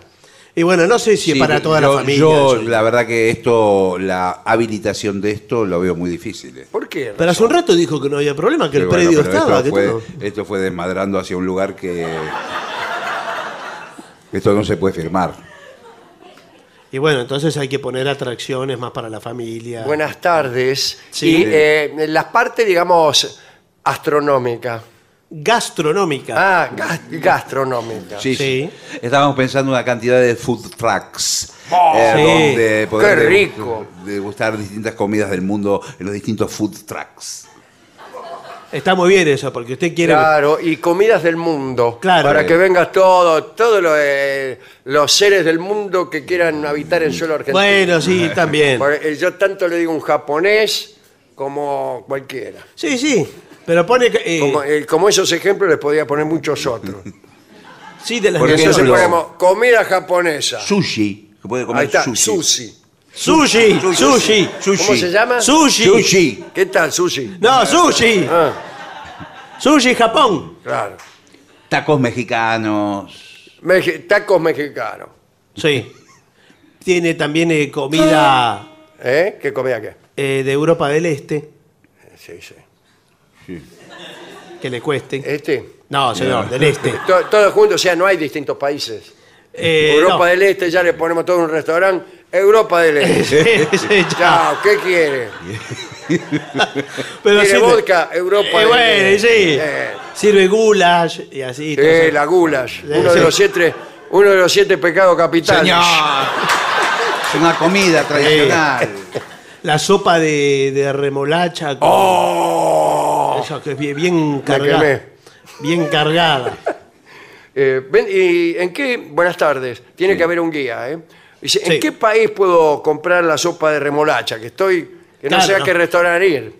Y bueno, no sé si Sí, para toda yo- la familia. Yo, eso. la verdad que esto, la habilitación de esto, lo veo muy difícil. eh. ¿Por qué? Pero hace un rato dijo que no había problema, que Pero el bueno, predio pero estaba. que Esto fue, todo. esto fue desmadrando hacia un lugar que. Esto no se puede firmar. Y bueno, entonces hay que poner atracciones más para la familia. Buenas tardes. Sí. Y eh, la parte, digamos, astronómica. Gastronómica. Ah, gas- gastronómica. Sí, sí. Sí. Estábamos pensando en una cantidad de food trucks. eh, Sí. donde poder Oh. Qué degust- rico. Degustar distintas comidas del mundo en los distintos food trucks. Está muy bien eso, porque usted quiere. Claro, y comidas del mundo. Claro. Para que vengas todo, todos los, eh, los seres del mundo que quieran habitar el suelo argentino. Bueno, sí, también. Por- eh, Yo tanto le digo un japonés como cualquiera. Sí, sí. Pero pone. que, eh, Como, eh, como esos ejemplos les podía poner muchos otros. sí, de las Por Entonces ejemplo, naciones. ponemos comida japonesa. Sushi. Se puede comer Ah. Ahí está, sushi. sushi. Sushi, sushi, Sushi. ¿Cómo se llama? sushi. Sushi. ¿Qué tal, sushi? No, sushi. Ah, Sushi, Japón. claro. Tacos mexicanos. Meji- tacos mexicanos. Sí. Tiene también eh, comida ¿Eh? ¿Qué comida qué? eh, de Europa del Este, Sí, sí. que le cueste. Este. No, señor, del Este. To- todos juntos, o sea, no hay distintos países. Eh, Europa no. del Este, ya le ponemos todo un restaurante. Europa del Este. Sí, ya. Chao, ¿qué quiere? Pero ¿Quiere sirve- vodka? Europa Eh, del bueno, sí. Este. Eh. Sirve goulash y así. todo Sí, eso. Eh, la gulas. Uno sí. de los siete, uno de los siete pecados capitales. Es una comida tradicional. La sopa de, de remolacha. con- ¡Oh! Eso que es bien, bien La cargada. quemé. Bien cargada. Eh, ven, ¿Y en qué? Buenas tardes. Tiene que haber un guía, ¿eh? Dice, ¿en Sí. qué país puedo comprar la sopa de remolacha? Que estoy, que no Claro, sé a no. qué restaurante ir.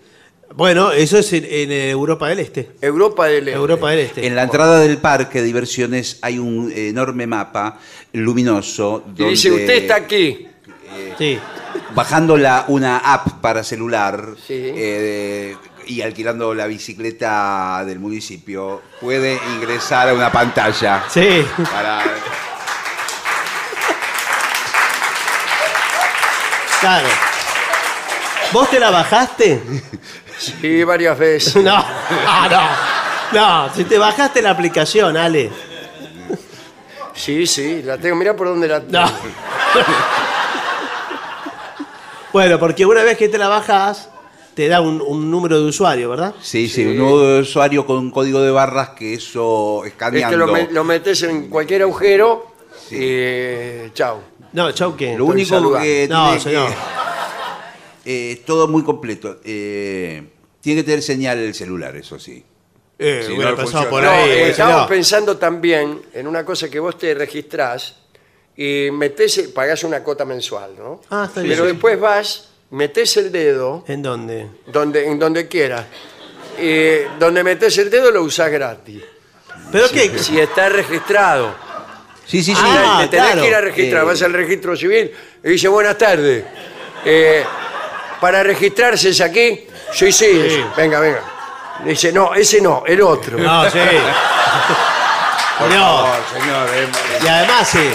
Bueno, eso es en, en Europa del Este. Europa del Este. Europa del Este. En la entrada del parque de diversiones hay un enorme mapa luminoso. Y Donde, dice, usted está aquí. Sí. Bajando la, una app para celular Sí. eh, y alquilando la bicicleta del municipio, puede ingresar a una pantalla. Sí. Para, Claro. ¿Vos te la bajaste? Sí, varias veces. No. Ah, no. No, si te bajaste la aplicación, Ale. Sí, sí, la tengo. Mirá por dónde la tengo. No. Bueno, porque una vez que te la bajas, te da un, un número de usuario, ¿verdad? sí, sí, un nuevo usuario con un código de barras que eso Este escaneando. lo, me- lo metes en cualquier agujero y eh, chao. No, chau, ¿qué? Lo único saludando. que tiene No, que- señor. eh, todo muy completo. Eh, tiene que tener señal el celular, eso sí. Eh, Si hubiera no pasado funciona. por No, ahí. eh, señor. estábamos pensando también en una cosa que vos te registrás y metés, pagás una cuota mensual, ¿no? Ah, está bien. Pero Sí. después vas metes el dedo ¿En dónde? donde, en donde quieras. Y donde metes el dedo lo usás gratis. ¿Pero qué? Si está registrado. Sí, sí, sí. Ah, Te tenés claro. que ir a registrar. Eh. Vas al registro civil y dice, buenas tardes. Eh, ¿Para registrarse es aquí? Sí, sí. Venga, venga. Le dice, no, ese no, el otro. No, sí. Por No. favor, señor. eh, Y además, sí.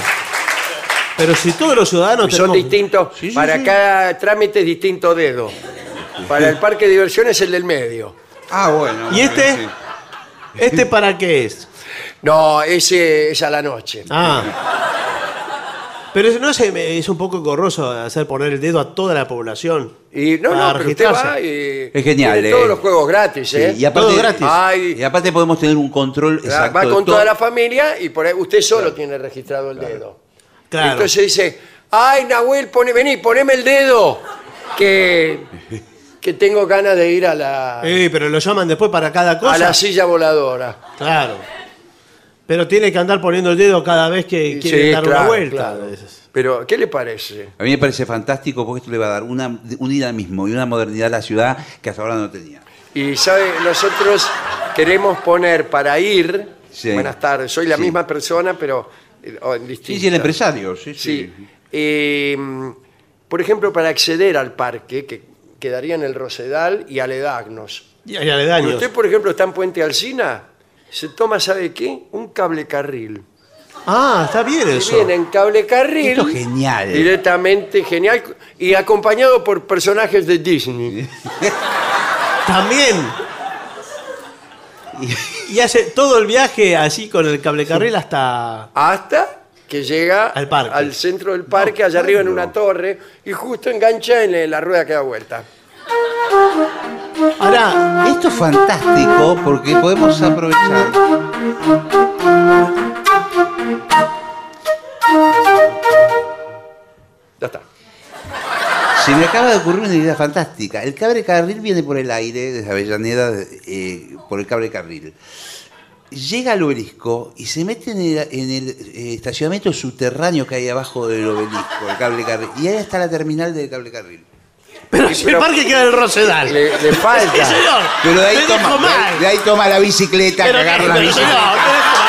Pero si todos los ciudadanos Son tenemos- distintos. Sí, sí, para sí. cada trámite es distinto dedo. Para el parque de diversiones el del medio. Ah, bueno. ¿Y este? sí. ¿Este para qué es? No, ese es a la noche. Ah. Pero eso no es, es un poco engorroso hacer poner el dedo a toda la población. Y no, para no, pero usted registrarse. va y Es genial, tiene eh. todos los juegos gratis, Sí, ¿eh? y aparte, Todo gratis. Ay. y aparte podemos tener un control exacto. va de con todo. toda la familia y por ahí usted solo tiene registrado el dedo. Claro. Entonces dice, ay Nahuel, pone, vení, poneme el dedo, que, que tengo ganas de ir a la, Eh, pero lo llaman después para cada cosa. a la silla voladora. Claro. Pero tiene que andar poniendo el dedo cada vez que quiere Sí, dar claro, una vuelta. claro. Pero, ¿qué le parece? A mí me parece fantástico porque esto le va a dar una, un dinamismo y una modernidad a la ciudad que hasta ahora no tenía. Y sabe, nosotros queremos poner para ir, Sí. buenas tardes, soy la Sí. misma persona, pero eh, oh, distinta. Sí, sí, el empresario, sí, sí. Sí. Eh, por ejemplo, para acceder al parque, que quedaría en el Rosedal y Aledagnos. Y, y aledaños. Usted, por ejemplo, está en Puente Alsina, se toma, ¿sabe qué? Un cable carril. Ah, está bien Y eso. viene en cable carril. Esto es genial. eh. Directamente genial. Y acompañado por personajes de Disney. También. Y hace todo el viaje así con el cable carril hasta. Hasta que llega Al parque. al centro del parque, allá arriba en una torre, y justo engancha en la rueda que da vuelta. Ahora, Esto es fantástico porque podemos aprovechar. Ya está. Se me acaba de ocurrir una idea fantástica. El cable carril viene por el aire desde Avellaneda, eh, por el cable carril. Llega al obelisco y se mete en el, en el, eh, estacionamiento subterráneo que hay abajo del obelisco, el cable carril. Y ahí está la terminal del cable carril. pero Sí, si pero- el parque queda en el Rosedal. Le, le Sí, falta. señor. Pero de ahí, Te dejo toma, mal. de ahí toma la bicicleta, Pero- que agarra la pero, bicicleta. señor, te dejo mal.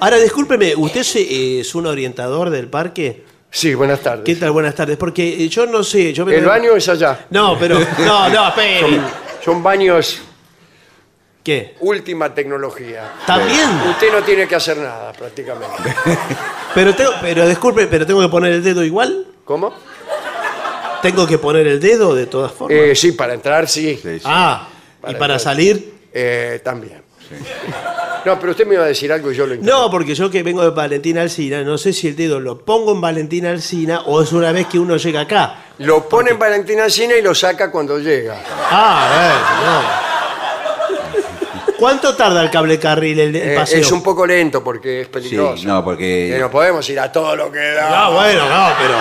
Ahora, discúlpeme, ¿usted es, eh, es un orientador del parque? Sí, buenas tardes. ¿Qué tal? Buenas tardes. Porque eh, yo no sé. Yo me- El baño es allá. No, pero. No, no, espere. Son baños ¿Qué? última tecnología. ¿También? Usted no tiene que hacer nada prácticamente. Pero, tengo, pero disculpe, ¿pero tengo que poner el dedo igual? ¿Cómo? ¿Tengo que poner el dedo de todas formas? Eh, sí, para entrar Eh, sí. ah, ¿y para salir? Eh, también. No, pero usted me iba a decir algo y yo lo entendí. No, porque yo que vengo de Valentina Alsina, no sé si el dedo lo pongo en Valentina Alsina o es una vez que uno llega acá. Lo pone en Valentina Cina y lo saca cuando llega. Ah, bueno, no. ¿Cuánto tarda el cable carril, el, el Eh, paseo? es un poco lento porque es peligroso. Sí, no, porque- Eh, no podemos ir a todo lo que da. No, Ah, bueno, no, pero...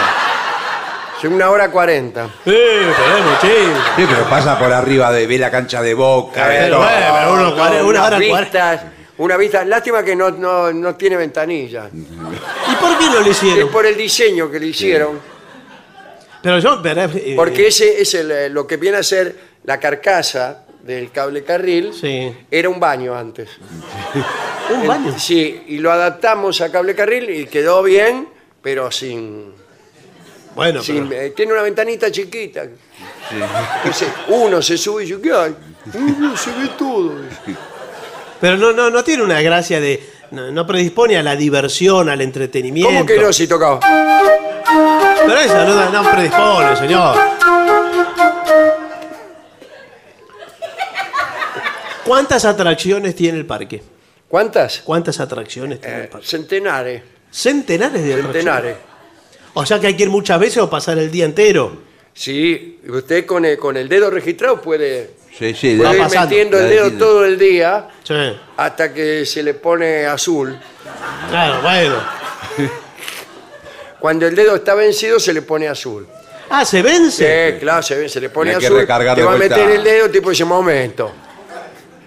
Es una hora cuarenta. Eh, pero es muchísimo. Sí, pero pasa por arriba de ve la cancha de boca. Eh, ve bueno, todo. pero uno cuare- una hora cuarenta. vistas, una vista. Lástima que no, no, no tiene ventanilla. ¿Y por qué no lo Es hicieron? por el diseño que le hicieron. Pero yo... pero, eh, Porque ese es el, eh, lo que viene a ser la carcasa del cable carril. Sí. Era un baño antes. Un baño. Sí, y lo adaptamos a cable carril y quedó bien, pero sin... Bueno, sin- pero... eh, tiene una ventanita chiquita. Entonces, uno se sube y dice, ¿qué hay? Uh, se ve todo. pero no, no, no tiene una gracia de... No, no predispone a la diversión, al entretenimiento. ¿Cómo que no si tocaba? Pero eso no, da- no predispone, señor. ¿Cuántas atracciones tiene el parque? ¿Cuántas? ¿Cuántas atracciones tiene el Eh, parque? centenares. Centenares de atracciones. Centenares. O sea que hay que ir muchas veces o pasar el día entero. Sí, usted con el, con el dedo registrado puede, Sí, sí, puede de- ir pasando. metiendo el La dedo decide. todo el día Sí. hasta que se le pone azul. Claro, bueno. Cuando el dedo está vencido se le pone azul. Ah, ¿se vence? Sí, claro, se, ve, se le pone Y hay que azul. recargar Te de va a vuelta. meter el dedo, tipo, dice, momento.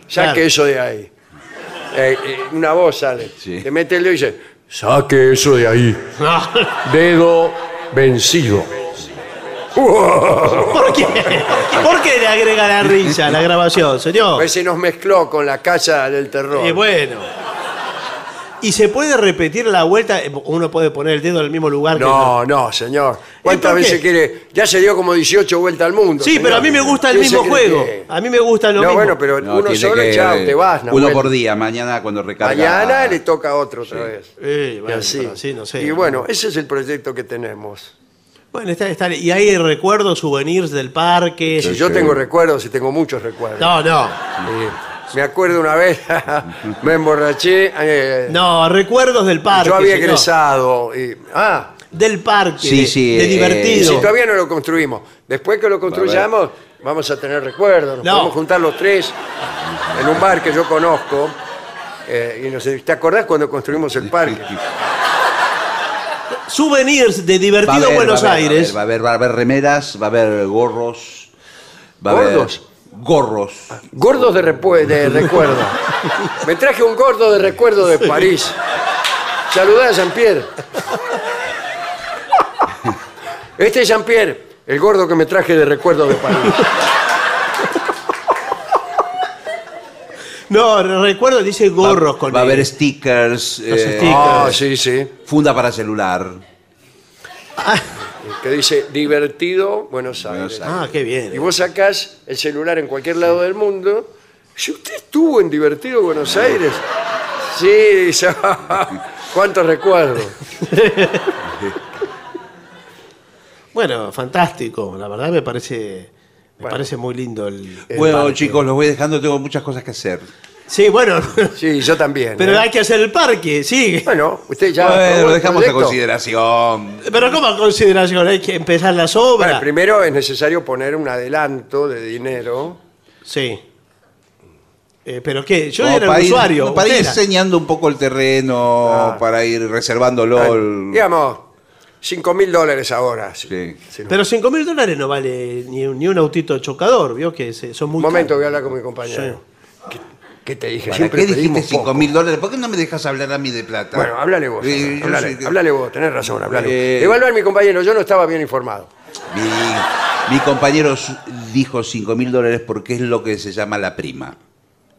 Saque Claro. eso de ahí. eh, eh, una voz sale. Sí. Te mete el dedo y dice, saque eso de ahí. Dedo vencido. ¿Por qué? ¿Por qué le agrega la risa a la grabación, señor? Pues se nos mezcló con la casa del terror. Y bueno. ¿Y se puede repetir la vuelta? eh, Uno puede poner el dedo en el mismo lugar. que- No, no, señor. ¿Cuántas por qué? veces quiere? Ya se dio como 18 vueltas al mundo. Sí, señor. pero a mí me gusta el ¿Qué se mismo cree juego. que es? A mí me gusta lo no, mismo. bueno, pero No, uno tiene solo que- chao, te vas. Uno Nahuel. por día, mañana cuando recarga. Mañana le toca otro otra vez. Eh, Y bueno, así. pero sí, no sé. Y bueno, ese es el proyecto que tenemos. Bueno, está, está- Y hay recuerdos, souvenirs del parque. Si yo tengo recuerdos y tengo muchos recuerdos. No, no. Eh, me acuerdo una vez, me emborraché. eh, No, recuerdos del parque. yo había señor. egresado. y- ah, Del parque. Sí, de- sí, De eh, y divertido. si todavía no lo construimos. Después que lo construyamos, vamos a tener recuerdos. Nos No. podemos juntar los tres en un bar que yo conozco. eh, y nos, ¿Te acordás cuando construimos el parque? Souvenirs de Va a divertido haber, Buenos va a haber, Aires. Va a haber, va a haber remeras, va a haber gorros. Va a haber ¿Gordos? gorros. Gordos de, repue- de recuerdo. Me traje un gordo de recuerdo de París. Saludá a Jean-Pierre. Este es Jean-Pierre, el gordo que me traje de recuerdo de París. No, recuerdo, dice gorros va, con Va a el- haber stickers. eh, stickers. Ah, sí, sí. Funda para celular. Que dice, divertido Buenos Aires. Buenos Aires. Ah, qué Y bien. vos sacás el celular en cualquier lado del mundo. Si usted estuvo en divertido Buenos Aires. Sí, dice, cuántos recuerdos. Bueno, fantástico. La verdad me parece. Me parece muy lindo el. el bueno, parque. chicos, los voy dejando, tengo muchas cosas que hacer. Sí, bueno. Sí, yo también. Pero ¿eh? hay que hacer el parque, sí. Bueno, usted ya... bueno, aprobó lo el dejamos a proyecto. consideración. Pero como consideración, hay que empezar las Bueno, obras. primero es necesario poner un adelanto de dinero. sí. Eh, pero qué, yo Como era para el ir- usuario. Para ir usted era. enseñando un poco el terreno, Ah. para ir reservándolo. el- Digamos, 5 mil dólares ahora. Sí. Mm. Sí. Sí, no. Pero 5 mil dólares no vale ni, un- ni un autito chocador, ¿vio? Que se- son muy Un momento, voy a caros. hablar con mi compañero. ¿Qué, qué te dije? ¿Para Siempre qué dijiste pedimos 5 poco. mil dólares? ¿Por qué no me dejas hablar a mí de plata? Bueno, háblale vos. Eh, yo háblale, sé que- háblale vos, tenés razón, háblale. Eh. Evaluar mi compañero, yo no estaba bien informado. Mi, mi compañero su- dijo 5 mil dólares porque es lo que se llama la prima.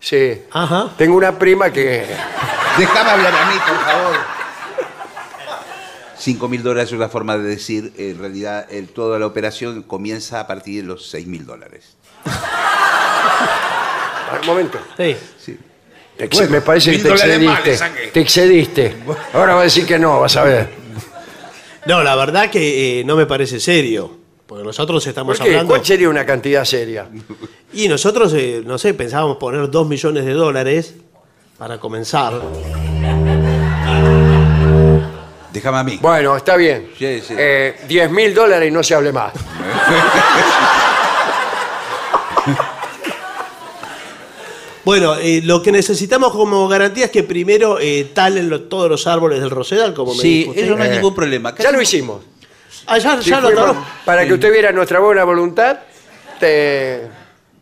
Sí. Ajá. Tengo una prima que. Déjame hablar a mí, por favor. 5 mil dólares es una forma de decir, en realidad, el- toda la operación comienza a partir de los 6 mil dólares. Ah, Un momento. Sí. Sí. Te ex- me parece que mil te dólares más excediste. le saqué. te excediste. Ahora va a decir que no, vas a ver. No, la verdad que eh, no me parece serio. Porque nosotros estamos ¿Por qué? hablando. ¿Cuál sería una cantidad seria? Y nosotros, eh, no sé, pensábamos poner 2 millones de dólares para comenzar. Déjame a mí. Bueno, está bien. Sí, sí. Eh, 10 mil dólares y no se hable más. Bueno, eh, lo que necesitamos como garantía es que primero eh, talen lo- todos los árboles del Rosedal, como me Sí, dijo usted. eso no hay Eh, ningún problema. Acá Ya lo tenemos- hicimos. Ah, ya, Sí, ya lo fuimos- taló. para que usted viera nuestra buena voluntad, te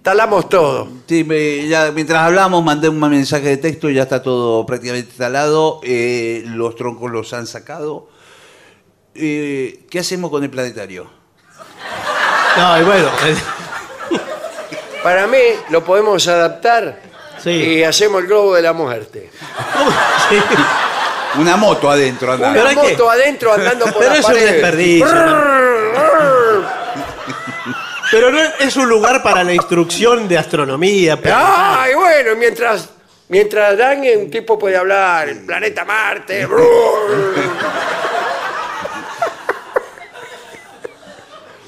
talamos todo. Sí, me- ya, mientras hablamos mandé un mensaje de texto, ya está todo prácticamente instalado, eh, los troncos los han sacado. Eh, ¿Qué hacemos con el planetario? No, y bueno. eh, Para mí lo podemos adaptar Sí. y hacemos el globo de la muerte. ¿cómo? Sí. Una moto adentro, anda. Pero Una hay que- moto adentro andando por Pero la es un desperdicio. Pero no es- es un lugar para la instrucción de astronomía. pero- ¡Ah! Ay, bueno, mientras mientras dan un tipo puede hablar el planeta Marte.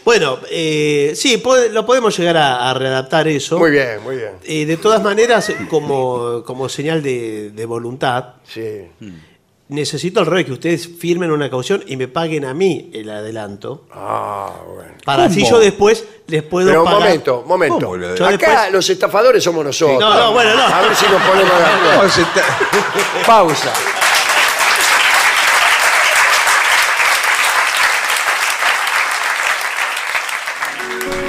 Bueno, eh, sí, po- lo podemos llegar a, a readaptar eso. muy bien, muy bien. Eh, de todas maneras, como, como señal de, de voluntad, Sí. necesito al revés que ustedes firmen una caución y me paguen a mí el adelanto. Ah, bueno. Para así yo después les puedo Pero un pagar. momento, un momento. ¿Cómo le- Yo Acá después- los estafadores somos nosotros. No, no, bueno, no. A ver si nos ponemos de acuerdo. No, se está- Pausa.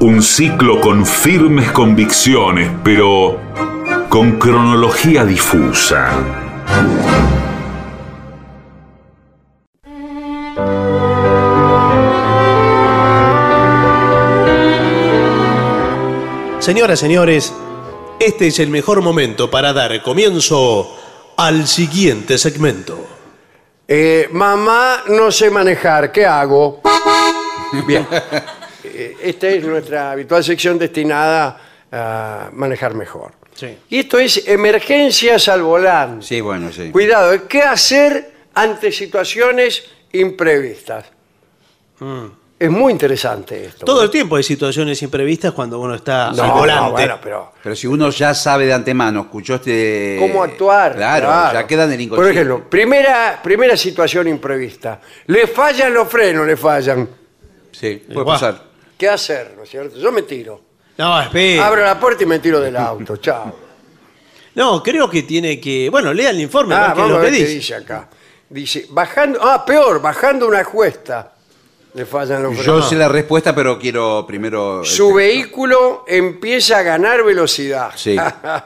Un ciclo con firmes convicciones, pero con cronología difusa. Señoras, señores, este es el mejor momento para dar comienzo al siguiente segmento. Eh, mamá, no sé manejar, ¿qué hago? Bien. Eh, Esta es nuestra habitual sección destinada a manejar mejor. Sí. Y esto es emergencias al volante. Sí, bueno, sí. Cuidado, ¿eh? ¿qué hacer ante situaciones imprevistas? Mm. Es muy interesante esto. Todo el tiempo hay situaciones imprevistas cuando uno está No, al volante. no, bueno, pero Pero si uno ya sabe de antemano, escuchó este... ¿Cómo actuar? Claro, ya queda en el Por inconsciente. ejemplo, primera, primera situación imprevista. Le fallan los frenos, le fallan. Sí, puede Guau. pasar. ¿Qué hacer? ¿No es cierto? Yo me tiro. No, espere. Abro la puerta y me tiro del auto. Chao. No, creo que tiene que. Bueno, lea el informe, Ah, porque vamos lo a que ver qué dice. dice acá. Dice, bajando, ah, peor, bajando una cuesta. Le fallan los Yo frenos. sé la respuesta, pero quiero primero... este, Su vehículo empieza a ganar velocidad. Sí.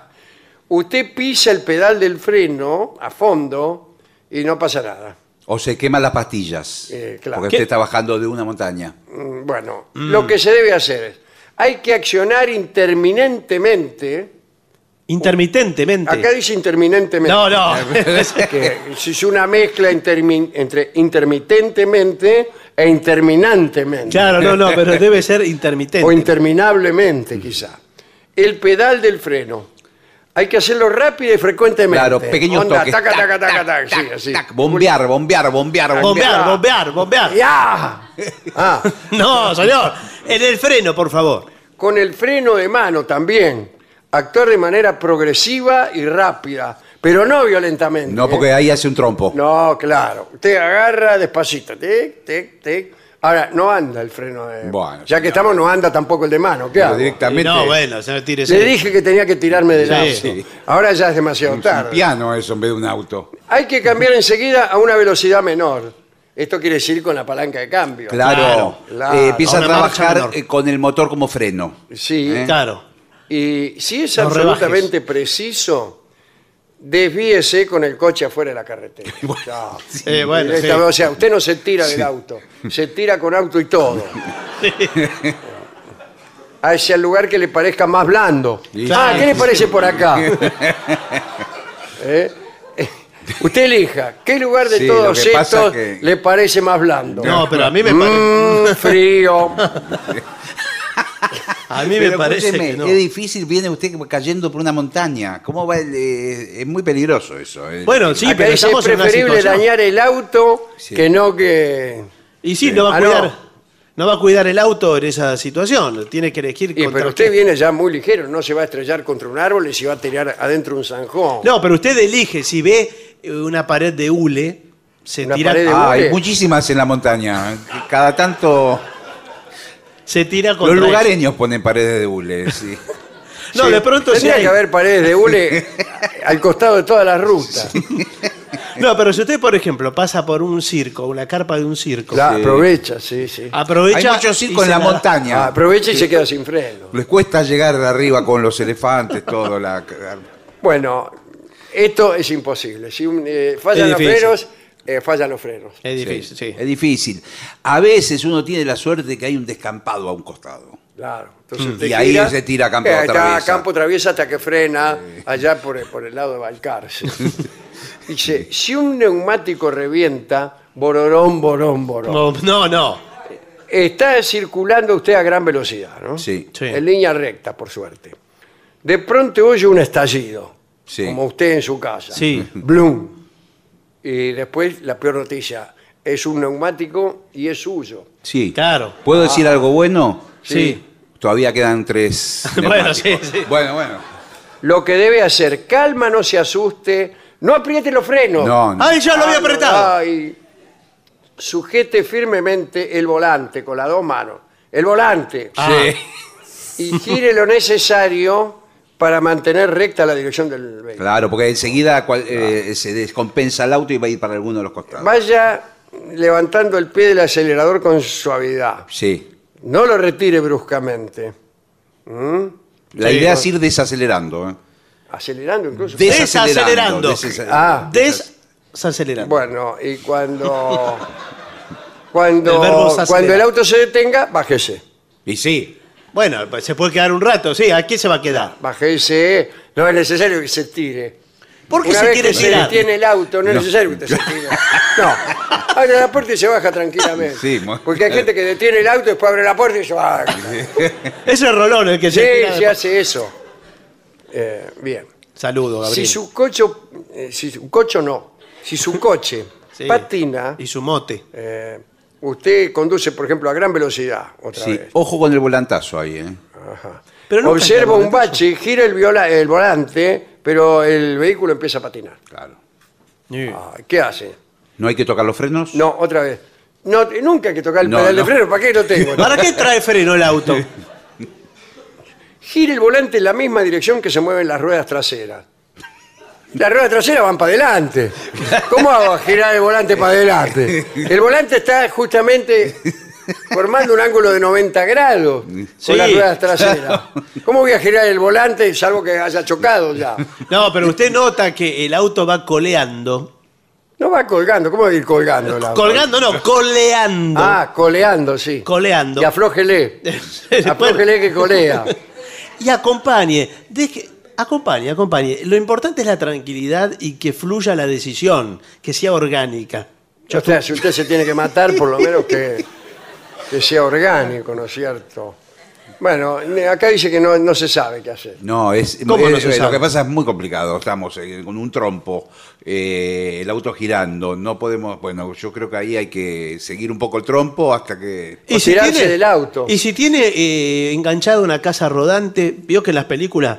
Usted pisa el pedal del freno a fondo y no pasa nada. O se quema las pastillas. Eh, claro. Porque ¿Qué? usted está bajando de una montaña. Mm, Bueno, lo que se debe hacer es, hay que accionar interminentemente. Intermitentemente. Acá dice interminentemente. No, no. que es una mezcla intermi- entre intermitentemente e interminantemente. claro, no, no, pero debe ser intermitente. o interminablemente, quizá. El pedal del freno. Hay que hacerlo rápido y frecuentemente. Claro, pequeños Onda, toques. Taca, Tac, taca, taca, tac, taca, sí, tac, así. tac. Bombear, bombear, bombear, bombear, bombear. bombear, bombear. ¡Ya! Ah, No, señor. En el freno, por favor. con el freno de mano también. Actuar de manera progresiva y rápida, pero no violentamente. No, porque ¿eh? ahí hace un trompo. No, claro. Usted agarra despacito. Tic, tic, tic. Ahora, no anda el freno de... Bueno, ya que señor. estamos, no anda tampoco el de mano. ¿Qué Pero hago? directamente. No, bueno, señor, tírese. Le dije que tenía que tirarme del Sí. auto. Sí. Ahora ya es demasiado Es un tarde. piano eso en vez de un auto. Hay que cambiar enseguida a una velocidad menor. Esto quiere decir con la palanca de cambio. Claro. Claro. Eh, empieza a Una marcha trabajar menor. eh, con el motor como freno. Sí. ¿Eh? Claro. Y si es No absolutamente preciso, desvíese con el coche afuera de la carretera. Chao. Eh, bueno, sí. Directamente, O sea, usted no se tira del auto, se tira con auto y todo. Hacia el lugar que le parezca más blando. Sí. Ah, ¿qué le Sí. parece por acá? ¿Eh? Usted elija, ¿qué lugar de Sí, lo todos que pasa estos que- le parece más blando? No, pero a mí me parece. Mm, frío. A mí me Pero parece escúcheme, que no. Qué difícil viene usted cayendo por una montaña. ¿Cómo va el, eh, es muy peligroso eso. eh. Bueno, sí, Acá pero dice, estamos es en una preferible situación. dañar el auto Sí. que no que... Y sí, no va a Ah, cuidar. no. No. va a cuidar el auto en esa situación. Tiene que elegir Y, contra pero usted qué. viene ya muy ligero, no se va a estrellar contra un árbol y se va a tirar adentro un zanjón. No, pero usted elige. Si ve eh, una pared de hule, se Una tira, pared de- Ah, hay Pobre. muchísimas en la montaña. Cada tanto. se tira Los contra eso. lugareños ponen paredes de hule. sí. No, de pronto sí Tendría hay- que haber paredes de hule al costado de todas las rutas. No, pero si usted, por ejemplo, pasa por un circo, una carpa de un circo, La aprovecha, sí, sí. Ah, Hay aprovecha. muchos y circos se en la nada. montaña. Aprovecha y se queda sin freno. Les cuesta llegar arriba con los elefantes, todo. La... Bueno, esto es imposible. Si un- eh, fallan Es los difícil. frenos, eh, fallan los frenos. Es difícil, sí. Es difícil. A veces uno tiene la suerte que hay un descampado a un costado. Claro. Entonces Mm. Y ahí se tira a campo eh, está traviesa. campo traviesa hasta que frena allá por el, por el lado de Balcarce. Dice, si un neumático revienta, bororón, borón, borón. No, no, no. Está circulando usted a gran velocidad, ¿no? Sí. Sí. En línea recta, por suerte. De pronto oye un estallido, Sí. como usted en su casa. Sí. Bloom. Y después la peor noticia, es un neumático y es suyo. Sí. Claro. Ah. ¿Puedo decir algo bueno? Sí. Todavía quedan tres. Bueno, neumáticos. sí, sí. Bueno, bueno. Lo que debe hacer, calma, no se asuste, no apriete los frenos. No, no. ¡Ay, ya lo había apretado! Ay. sujete firmemente el volante con las dos manos. El volante. Ah. Sí. Y gire lo necesario para mantener recta la dirección del vehículo. Claro, porque enseguida cual- Ah. eh, se descompensa el auto y va a ir para alguno de los costados. Vaya levantando el pie del acelerador con suavidad. Sí. No lo retire bruscamente. ¿Mm? La Sí, idea bueno. es ir desacelerando. ¿eh? Acelerando incluso. De- Desacelerando. Desacelerando. Ah. Desacelerando. Bueno, y cuando cuando El verbo es acelerar. cuando el auto se detenga, bájese. Y sí. Bueno, pues se puede quedar un rato, sí. ¿A qué se va a quedar? Bájese, no es necesario que se tire. ¿Por qué Una se vez quiere que tirar? se detiene el auto, no, es necesario que usted se tire. No. Abre la puerta y se baja tranquilamente. Sí, mu- Porque hay gente que detiene el auto, después abre la puerta y se baja. Es el Rolón el que Sí, se tira de- se hace eso. Eh, bien. Saludo, Gabriel. Si su coche, eh, si su coche no, si su coche Sí. patina, Y su mote. eh, usted conduce, por ejemplo, a gran velocidad otra Sí. vez. Ojo con el volantazo ahí. ¿eh? Ajá. Pero nunca Observa llamó un la bache, gira el, viola- el volante, pero el vehículo empieza a patinar. Claro. Ah, ¿Qué hace? ¿No hay que tocar los frenos? No, otra vez. No, nunca hay que tocar el No, pedal de no. freno, ¿para qué lo tengo? ¿Para qué trae freno el auto? Gira el volante en la misma dirección que se mueven las ruedas traseras. Las ruedas traseras van para adelante. ¿Cómo hago a girar el volante para adelante? El volante está justamente formando un ángulo de 90 grados Sí. con las ruedas traseras. ¿Cómo voy a girar el volante salvo que haya chocado ya? No, pero usted nota que el auto va coleando. No va colgando, ¿cómo va a ir colgando? el auto? Colgando, no, coleando. Ah, coleando, sí. Coleando. Y aflójele. aflójele que colea. Y acompañe. Deje, acompañe, acompañe. Lo importante es la tranquilidad y que fluya la decisión, que sea orgánica. Yo usted, si usted se tiene que matar, por lo menos que, que sea orgánico, ¿no es cierto? Bueno, ne- acá dice que no, no se sabe qué hacer. No, es, ¿Cómo no eh, se lo sabe? que pasa es muy complicado. Estamos eh, con un trompo, eh, el auto girando. No podemos. Bueno, yo creo que ahí hay que seguir un poco el trompo hasta que. O tirarse del auto. Y si tiene eh, enganchada una casa rodante, vio que en las películas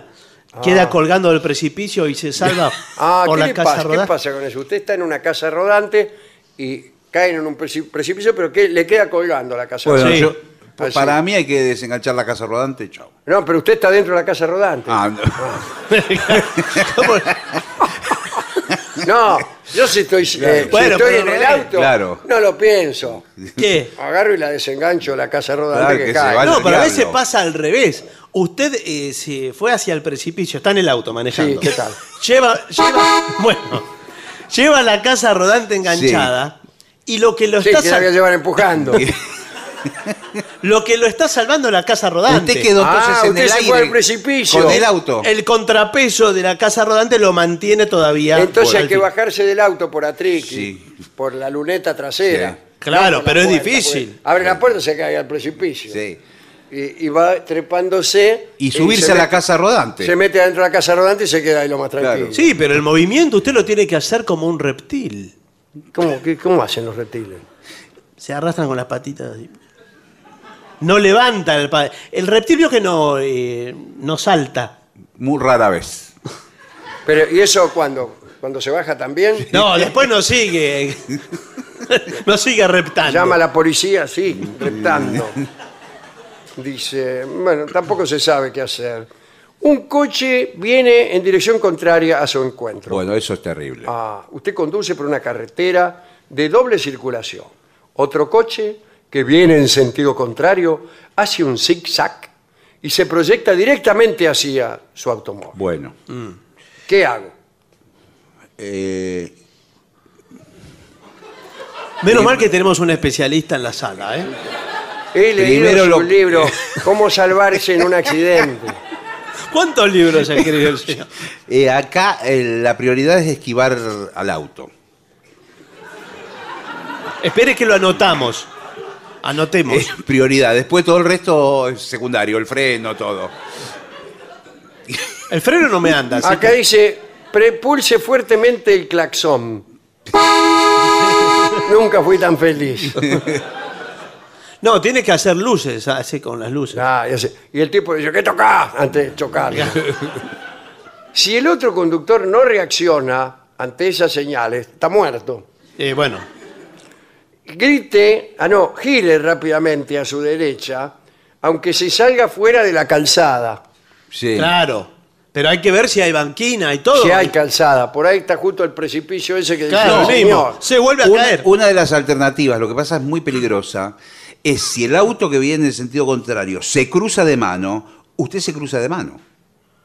queda colgando del precipicio y se salva Ah, por ¿qué, la le casa pasa? ¿Qué rodante. pasa con eso? Usted está en una casa rodante y cae en un preci- precipicio, pero que le queda colgando la casa Bueno, rodante. yo- Así. para mí hay que desenganchar la casa rodante. Chao. No, pero usted está dentro de la casa rodante. Ah, no. No, yo si estoy, eh, si Bueno, estoy pero en el rodea. auto, Claro. no lo pienso. ¿Qué? Agarro y la desengancho la casa rodante Claro, que, que se cae. vaya. No, al pero a veces diablo. pasa al revés. Usted eh, se fue hacia el precipicio, está en el auto manejando. Sí, ¿qué tal? Lleva, lleva, bueno, lleva la casa rodante enganchada y lo que lo Sí, está que la voy a sal- llevar empujando. lo que lo está salvando es la casa rodante. Usted quedó Ah, entonces en usted el se aire. fue al precipicio. Con el auto. El contrapeso de la casa rodante lo mantiene todavía. Entonces por hay que el- bajarse del auto por atriqui, Sí. por la luneta trasera. Sí. Claro, por la pero es puerta, difícil. porque Abre la puerta y se cae al precipicio. Sí. Y, y va trepándose. Y subirse se a la mete- casa rodante. Se mete adentro de la casa rodante y se queda ahí lo más tranquilo. Claro. Sí, pero el movimiento usted lo tiene que hacer como un reptil. ¿Cómo, qué- cómo hacen los reptiles? Se arrastran con las patitas así. No levanta el pa- El reptil vio que no, eh, no salta. Muy rara vez. Pero, ¿Y eso cuándo? ¿Cuando se baja también? No, después no sigue. No sigue reptando. Llama a la policía, sí, reptando. Dice, bueno, tampoco se sabe qué hacer. Un coche viene en dirección contraria a su encuentro. Bueno, eso es terrible. Ah, usted conduce por una carretera de doble circulación. Otro coche que viene en sentido contrario hace un zig-zag y se proyecta directamente hacia su automóvil. Bueno. ¿Qué hago? Eh, Menos mal que tenemos un especialista en la sala, ¿eh? He leído Primero su lo- libro, Cómo salvarse en un accidente. ¿Cuántos libros ha escrito el señor? eh, acá eh, la prioridad es esquivar al auto. Espere que lo anotamos. Anotemos. Es prioridad. Después todo el resto es secundario, el freno, todo. El freno no me anda. así Acá que- dice, prepulse fuertemente el claxon. Nunca fui tan feliz. No, tiene que hacer luces, así con las luces. Ah, ya sé. Y el tipo dice, ¿qué tocás? Antes de chocar. si el otro conductor no reacciona ante esas señales, está muerto. Eh, bueno, Grite, ah no, gire rápidamente a su derecha, aunque se salga fuera de la calzada. Sí. claro. Pero hay que ver si hay banquina y todo. Si hay calzada, por ahí está justo el precipicio ese que dice, Claro, lo "Señor, mismo. Se vuelve a Una, caer. una de las alternativas, lo que pasa es muy peligrosa, es si el auto que viene en sentido contrario se cruza de mano, usted se cruza de mano.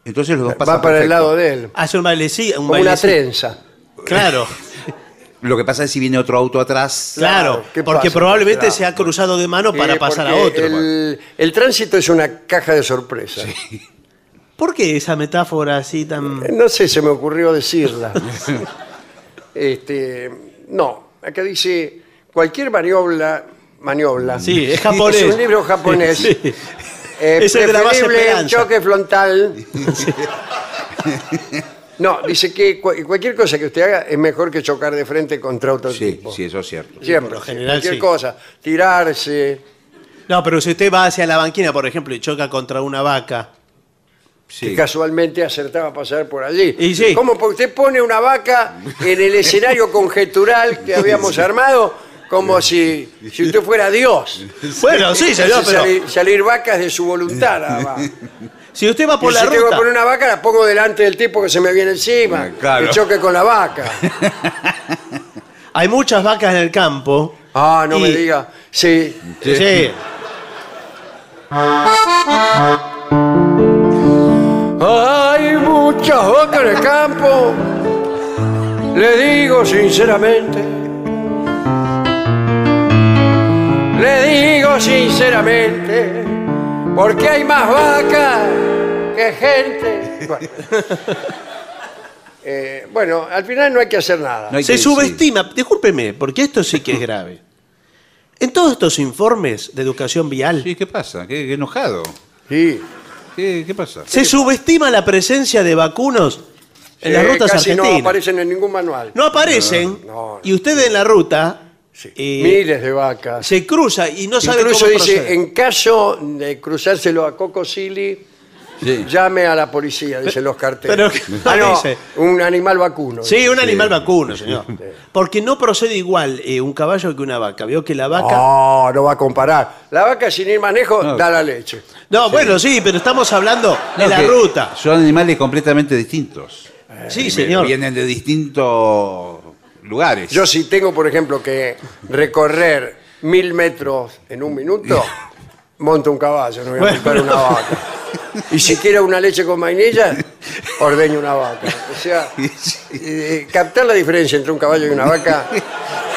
Entonces los dos va pasan para el perfecto. lado de él. Hace un bailecito. Un Como una bailecito. trenza. Claro, Lo que pasa es si viene otro auto atrás. claro. ¿qué porque pasa? probablemente Claro. se ha cruzado de mano para Eh, pasar a porque otro. El, el tránsito es una caja de sorpresas. ¿Por qué esa metáfora así tan.? Eh, No sé, se me ocurrió decirla. este, no, acá dice cualquier maniobra, maniobra. Sí, es japonés. Es un libro japonés. Sí. Eh, Es el de la base preferible Esperanza. choque frontal. No, dice que cu- cualquier cosa que usted haga es mejor que chocar de frente contra otro Sí, tipo. sí, eso es cierto. Siempre. lo general, cualquier sí. cosa. Tirarse. No, pero si usted va hacia la banquina, por ejemplo, y choca contra una vaca. Sí. que casualmente acertaba a pasar por allí. Y sí. Como porque usted pone una vaca en el escenario conjetural que habíamos armado, como si, si usted fuera Dios. Bueno, sí, señor, Hace pero salir, salir vacas de su voluntad. nada más. si usted va por Y la si tengo que ruta. poner una vaca, la pongo delante del tipo que se me viene encima, Claro. que choque con la vaca. Hay muchas vacas en el campo. Ah, no me Y- diga. Sí. Sí. Hay muchas vacas en el campo, le digo sinceramente. Le digo sinceramente, porque hay más vacas que gente. Bueno. Eh, bueno, al final no hay que hacer nada. No hay Se que- subestima, discúlpeme, porque esto sí que es grave. En todos estos informes de educación vial, sí. Sí, ¿qué pasa? ¿Qué, qué enojado? Sí, ¿Qué, qué pasa? se subestima la presencia de vacunos en las eh, rutas casi argentinas. no aparecen en ningún manual. No aparecen, No, no, y usted en la ruta Sí, eh, Miles de vacas. se cruza y no sabe Incluso cómo dice, proceder. en caso de cruzárselo a Coco Silly, Sí. llame a la policía, dicen los carteles. pero, Ah, no, dice. un animal vacuno. Sí, un animal vacuno, señor. Porque no procede igual eh, un caballo que una vaca. Vio que la Ah, vaca... No, no va a comparar. La vaca sin ir manejo da la leche. no, bueno, sí, pero estamos hablando de No, la que Eh, ruta. Son animales completamente distintos. Sí, señor. Vienen de distintos lugares. Yo si tengo, por ejemplo, que recorrer mil metros en un minuto, monto un caballo, no voy a Bueno, montar una vaca. Y si quiero una leche con vainilla, ordeño una vaca. O sea, eh, captar la diferencia entre un caballo y una vaca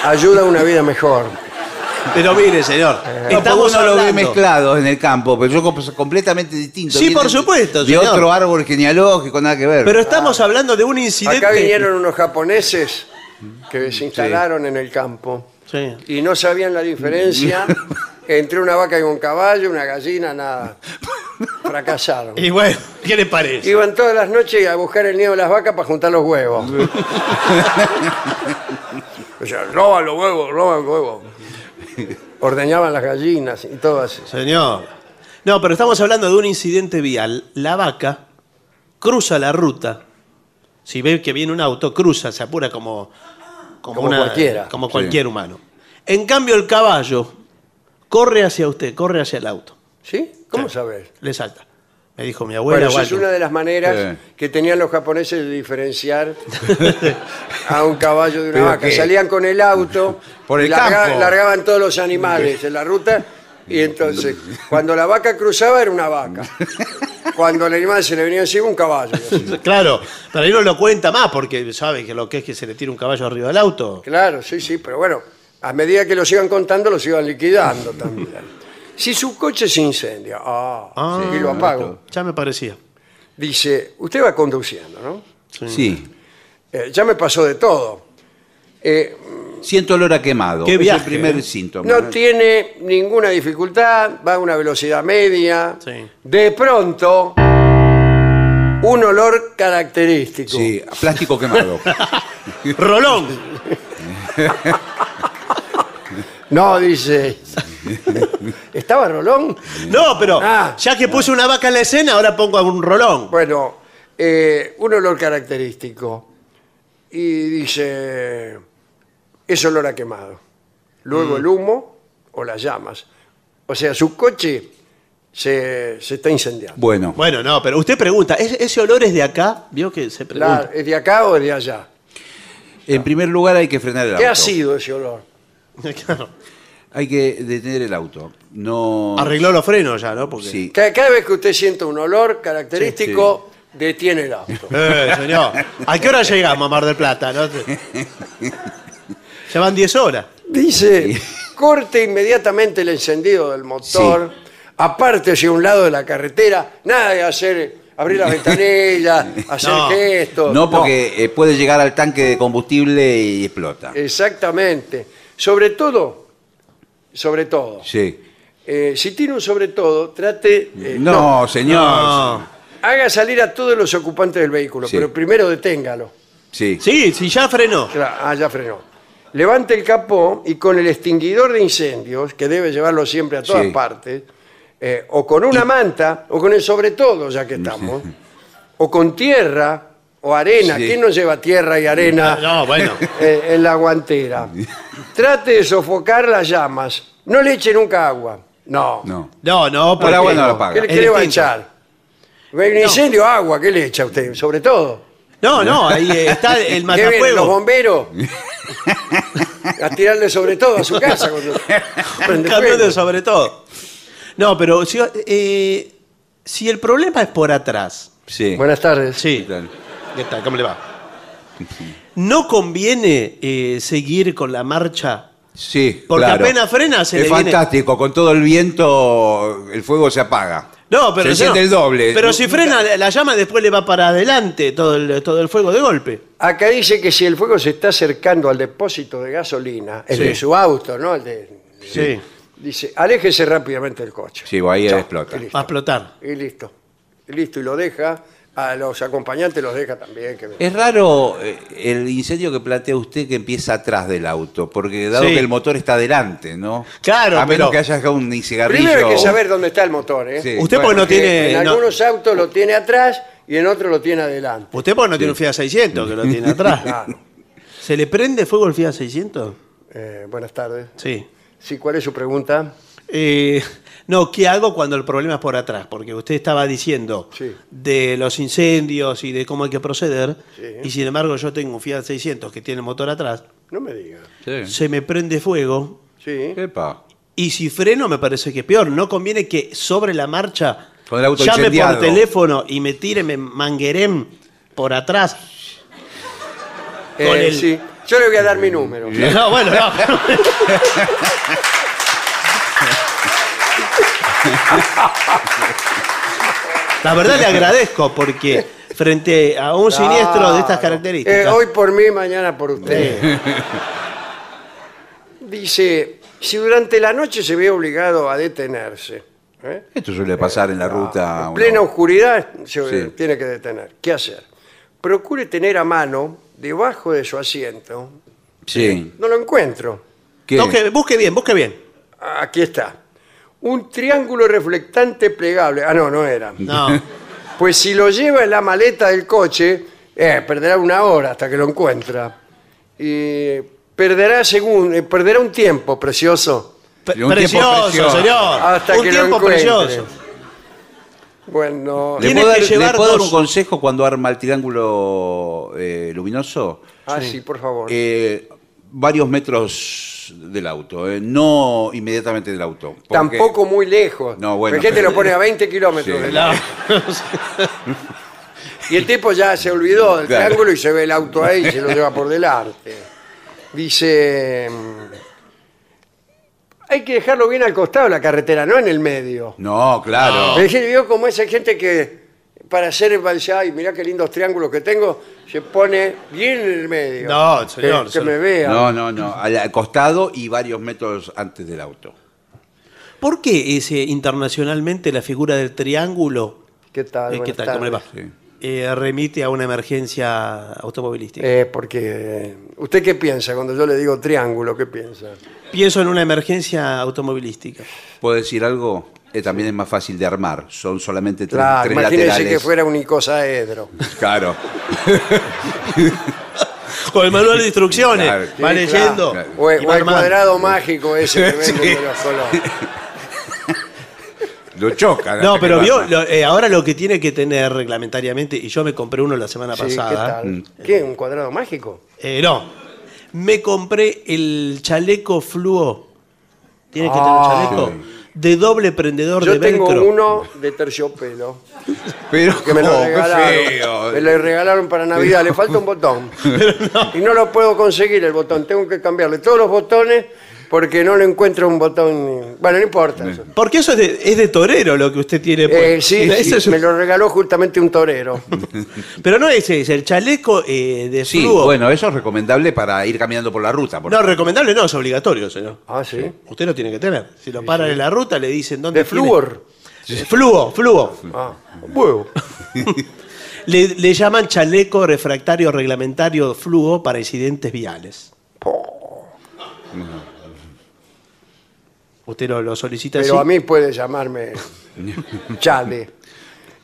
ayuda a una vida mejor. Pero mire, señor, Eh, No, estamos porque uno lo ve hablando... mezclado en el campo, pero son cosas completamente distintas. Sí, Vienen por supuesto, De señor. otro árbol genealógico, nada que ver. Pero estamos hablando de un incidente... Acá vinieron unos japoneses que se instalaron en el campo Sí. y no sabían la diferencia entre una vaca y un caballo, una gallina, nada. Fracasaron. Y bueno, ¿qué le parece? Iban todas las noches a buscar el nido de las vacas para juntar los huevos. o sea, roban los huevos, roban los huevos. Ordeñaban las gallinas y todo así. Señor. No, pero estamos hablando de un incidente vial. La vaca cruza la ruta. Si ve que viene un auto, cruza, se apura como, como, Como una- cualquiera. Como cualquier humano. En cambio, el caballo corre hacia usted, corre hacia el auto. ¿Sí? ¿Cómo sabes? Le salta. Me dijo mi abuela. Bueno, esa es Walter. una de las maneras Sí. que tenían los japoneses de diferenciar a un caballo de una ¿Pero vaca. qué? Salían con el auto, Por el campo. largaban todos los animales en la ruta y entonces cuando la vaca cruzaba era una vaca. Cuando el animal se le venía encima un caballo. Claro, pero ahí no lo cuenta más porque sabe que lo que es que se le tira un caballo arriba del auto. Claro, sí, sí, pero bueno, a medida que los iban contando los iban liquidando también. Si su coche se incendia, ah, Ah, y lo apago. Ya me parecía. Dice, usted va conduciendo, ¿no? Sí. Eh, ya me pasó de todo. Eh, Siento olor a quemado. Qué Es viaje, el primer ¿eh? síntoma. No tiene ninguna dificultad, va a una velocidad media. Sí. De pronto, un olor característico. Sí, a plástico quemado. Rolón. No, dice. estaba Rolón? No, pero Ah. ya que puse una vaca en la escena, ahora pongo algún rolón. Bueno, eh, un olor característico. Y dice, es olor a quemado. Luego el humo o las llamas. O sea, su coche se, se está incendiando. Bueno, Bueno, no, pero usted pregunta, ¿es- ¿ese olor es de acá? Vio que se La- pregunta. ¿Es de acá o es de allá? en primer lugar hay que frenar el ¿Qué ha auto. sido ese olor? Claro. Hay que detener el auto. No. Arregló los frenos ya, ¿no? Porque... Sí. Ca- Cada vez que usted sienta un olor característico, detiene el auto. Eh, señor. ¿A qué hora llegamos a Mar del Plata? no? Ya van 10 horas. Dice, corte inmediatamente el encendido del motor, aparte hacia un lado de la carretera, nada de hacer, abrir las ventanillas, hacer No. gestos. No, porque eh, puede llegar al tanque de combustible y explota. No, exactamente. Sobre todo, sobre todo, Sí. eh, si tiene un sobre todo, trate... eh, no, señor. No. Haga salir a todos los ocupantes del vehículo, Sí. pero primero deténgalo. Sí. Sí, sí, ya frenó. Claro, ah, ya frenó. Levante el capó y con el extinguidor de incendios, que debe llevarlo siempre a todas Sí. partes, eh, o con una manta, o con el sobre todo, ya que estamos, o con tierra o arena. Sí. ¿Quién no lleva tierra y arena No, bueno. eh, en la guantera? Trate de sofocar las llamas. No le eche nunca agua. No. No. No, no, Por agua no porque- la paga. ¿Qué, le- Es qué le va a distinto. echar? Ve Un incendio, agua, ¿qué le echa a usted? Sobre todo. No, no, ahí eh, está ¿Qué el vienen los matafuego. bomberos? a tirarle sobre todo a su casa. cuando Un prende camión fuego. de sobre todo. No, pero si, eh, si el problema es por atrás. Sí. Buenas tardes. ¿Qué Sí. tal? ¿Qué tal? ¿Cómo le va? ¿No conviene eh, seguir con la marcha? Sí, Porque claro. apenas frena se Es le viene- fantástico, con todo el viento el fuego se apaga. No, pero se no. siente el doble. Pero si frena la llama, después le va para adelante todo el, todo el fuego de golpe. Acá dice que si el fuego se está acercando al depósito de gasolina, el Sí. de su auto, ¿no? El de- Sí. dice, aléjese rápidamente del coche. Sí, ahí Chao, explota. Y listo. Va a explotar. Y listo. Y listo, y lo deja. A los acompañantes los deja también. que- Es raro eh, el incendio que plantea usted que empieza atrás del auto, porque dado Sí. que el motor está adelante, ¿no? Claro, A menos pero- que haya acá un cigarrillo. Primero hay que saber dónde está el motor, ¿eh? Sí. Usted porque bueno, no Porque tiene. en no- algunos autos lo tiene atrás y en otros lo tiene adelante. Ah, Usted porque no tiene un Fiat 600 que lo tiene atrás. Claro. ¿Se le prende fuego el Fiat 600? Eh, buenas tardes. Sí. Sí, ¿cuál es su pregunta? Eh, no, ¿qué hago cuando el problema es por atrás? Porque usted estaba diciendo Sí. de los incendios y de cómo hay que proceder, Sí. y sin embargo yo tengo un Fiat 600 que tiene motor atrás, No me diga. Sí. se me prende fuego, Sí. Epa. y si freno me parece que es peor. No conviene que sobre la marcha Con el auto llame por incendiado. teléfono y me tire, me manguerem por atrás. Eh, Con el- sí. Yo le voy a dar mi número. No, bueno, no. La verdad le agradezco porque frente a un siniestro de estas Claro. características. Eh, hoy por mí, mañana por usted. Dice, si durante la noche se ve obligado a detenerse, ¿eh? Esto suele pasar en la ruta. en plena uno- oscuridad se Sí. tiene que detener. ¿Qué hacer? Procure tener a mano, debajo de su asiento, Sí. no lo encuentro, ¿Qué? Toque- busque bien, busque bien. aquí está, un triángulo reflectante plegable. Ah, no, no era. No. Pues si lo lleva en la maleta del coche, eh, perderá una hora hasta que lo encuentra. Y perderá, según, eh, perderá un tiempo precioso Pre- tiempo precioso, precioso. señor. hasta un que tiempo lo encuentre. precioso. Bueno, ¿Le Tiene puedo, que dar, le llevar puedo dar dos. un consejo cuando arma el triángulo eh, luminoso? ah, sí, por favor. Eh, varios metros del auto, eh, no inmediatamente del auto. porque- Tampoco muy lejos. No, bueno, Porque te pero- lo pone a 20 kilómetros. Sí. de la- No. Y el tipo ya se olvidó del Claro. triángulo y se ve el auto ahí y se lo lleva por delante. Dice, mm, hay que dejarlo bien al costado de la carretera, no en el medio. No, claro. Me dije, vio como esa gente que para hacer el vals- ay, mirá qué lindos triángulos que tengo, se pone bien en el medio. No, señor, Que, que señor. me vea. No, no, no. Al al costado y varios metros antes del auto. ¿Por qué ese internacionalmente la figura del triángulo? ¿Qué tal? Eh, ¿Qué Ah, Buenas tal? ¿Cómo le va? tardes. Sí. eh, remite a una emergencia automovilística. Eh, porque, eh, ¿usted qué piensa cuando yo le digo triángulo? ¿Qué piensa? Pienso en una emergencia automovilística. ¿Puedo decir algo? Eh, también es más fácil de armar. Son solamente tres, Claro, tres imagínese laterales. que fuera un icosaedro. Claro. Con el manual de instrucciones. Claro, sí, va claro. leyendo. Claro. O, o y va el armando. cuadrado mágico ese que venden Sí. de los colores. Lo chocan. No, pero vio, lo- eh, ahora lo que tiene que tener reglamentariamente, y yo me compré uno la semana Sí, ¿qué pasada. Mm. tal? ¿Qué? ¿Un cuadrado mágico? Eh, no, me compré el chaleco fluo. Tiene que Ah. tener un chaleco. De doble prendedor de Yo tengo velcro. uno de terciopelo Pero que me lo oh, qué regalaron. feo. Me lo regalaron para Navidad. Le falta un botón. Y no lo puedo conseguir el botón. Tengo que cambiarle todos los botones porque no le encuentro un botón. Bueno, no importa. eso. Porque eso es de, es de torero lo que usted tiene. Eh, Eh, pues. sí, Eso sí, es un- me lo regaló justamente un torero. Pero no es ese, el chaleco eh, de Sí, fluo. bueno, eso es recomendable para ir caminando por la ruta. por No, recomendable no, es obligatorio, señor. Ah, sí. Usted lo tiene que tener. Si lo paran en la ruta, le dicen dónde. De tiene- flúor. Eh, Fluo, fluo. Ah, huevo. Le, le llaman chaleco refractario reglamentario fluo para incidentes viales. Usted lo, lo solicita Pero así. a mí puede llamarme Chale.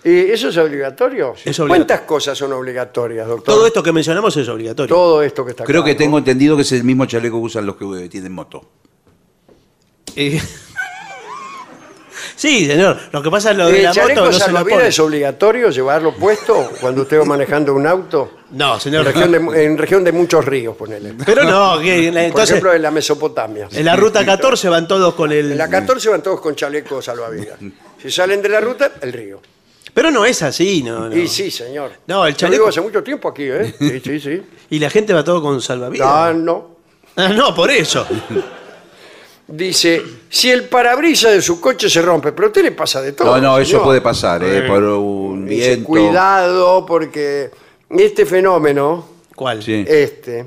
¿Y eso es obligatorio? Es obligatorio. ¿Cuántas cosas son obligatorias, doctor? Todo esto que mencionamos es obligatorio. Todo esto que está Creo acá, que ¿no? tengo entendido que es el mismo chaleco que usan los que eh, tienen moto. Eh, sí, señor. Lo que pasa es lo de ¿El la moto chaleco no se lo salvavidas pone. es obligatorio llevarlo puesto cuando usted va manejando un auto? No, En señor. región de, en región de muchos ríos, ponele. Por Pero no, que en la- entonces ejemplo, en la Mesopotamia. en la ruta 14 van todos con el. En la 14 van todos con chalecos salvavidas. Si salen de la ruta, el río. Pero no es así, no. no. Y sí, señor. No, el Yo chaleco- vivo hace mucho tiempo aquí, ¿eh? Sí, sí, sí. Y la gente va todo con salvavidas. Ah, no. Ah, no, por eso. Dice, si el parabrisas de su coche se rompe, pero a usted le pasa de todo. No, no, eso señor. puede pasar, eh, por un Dice, viento. cuidado, porque este fenómeno, ¿Cuál? Sí. este,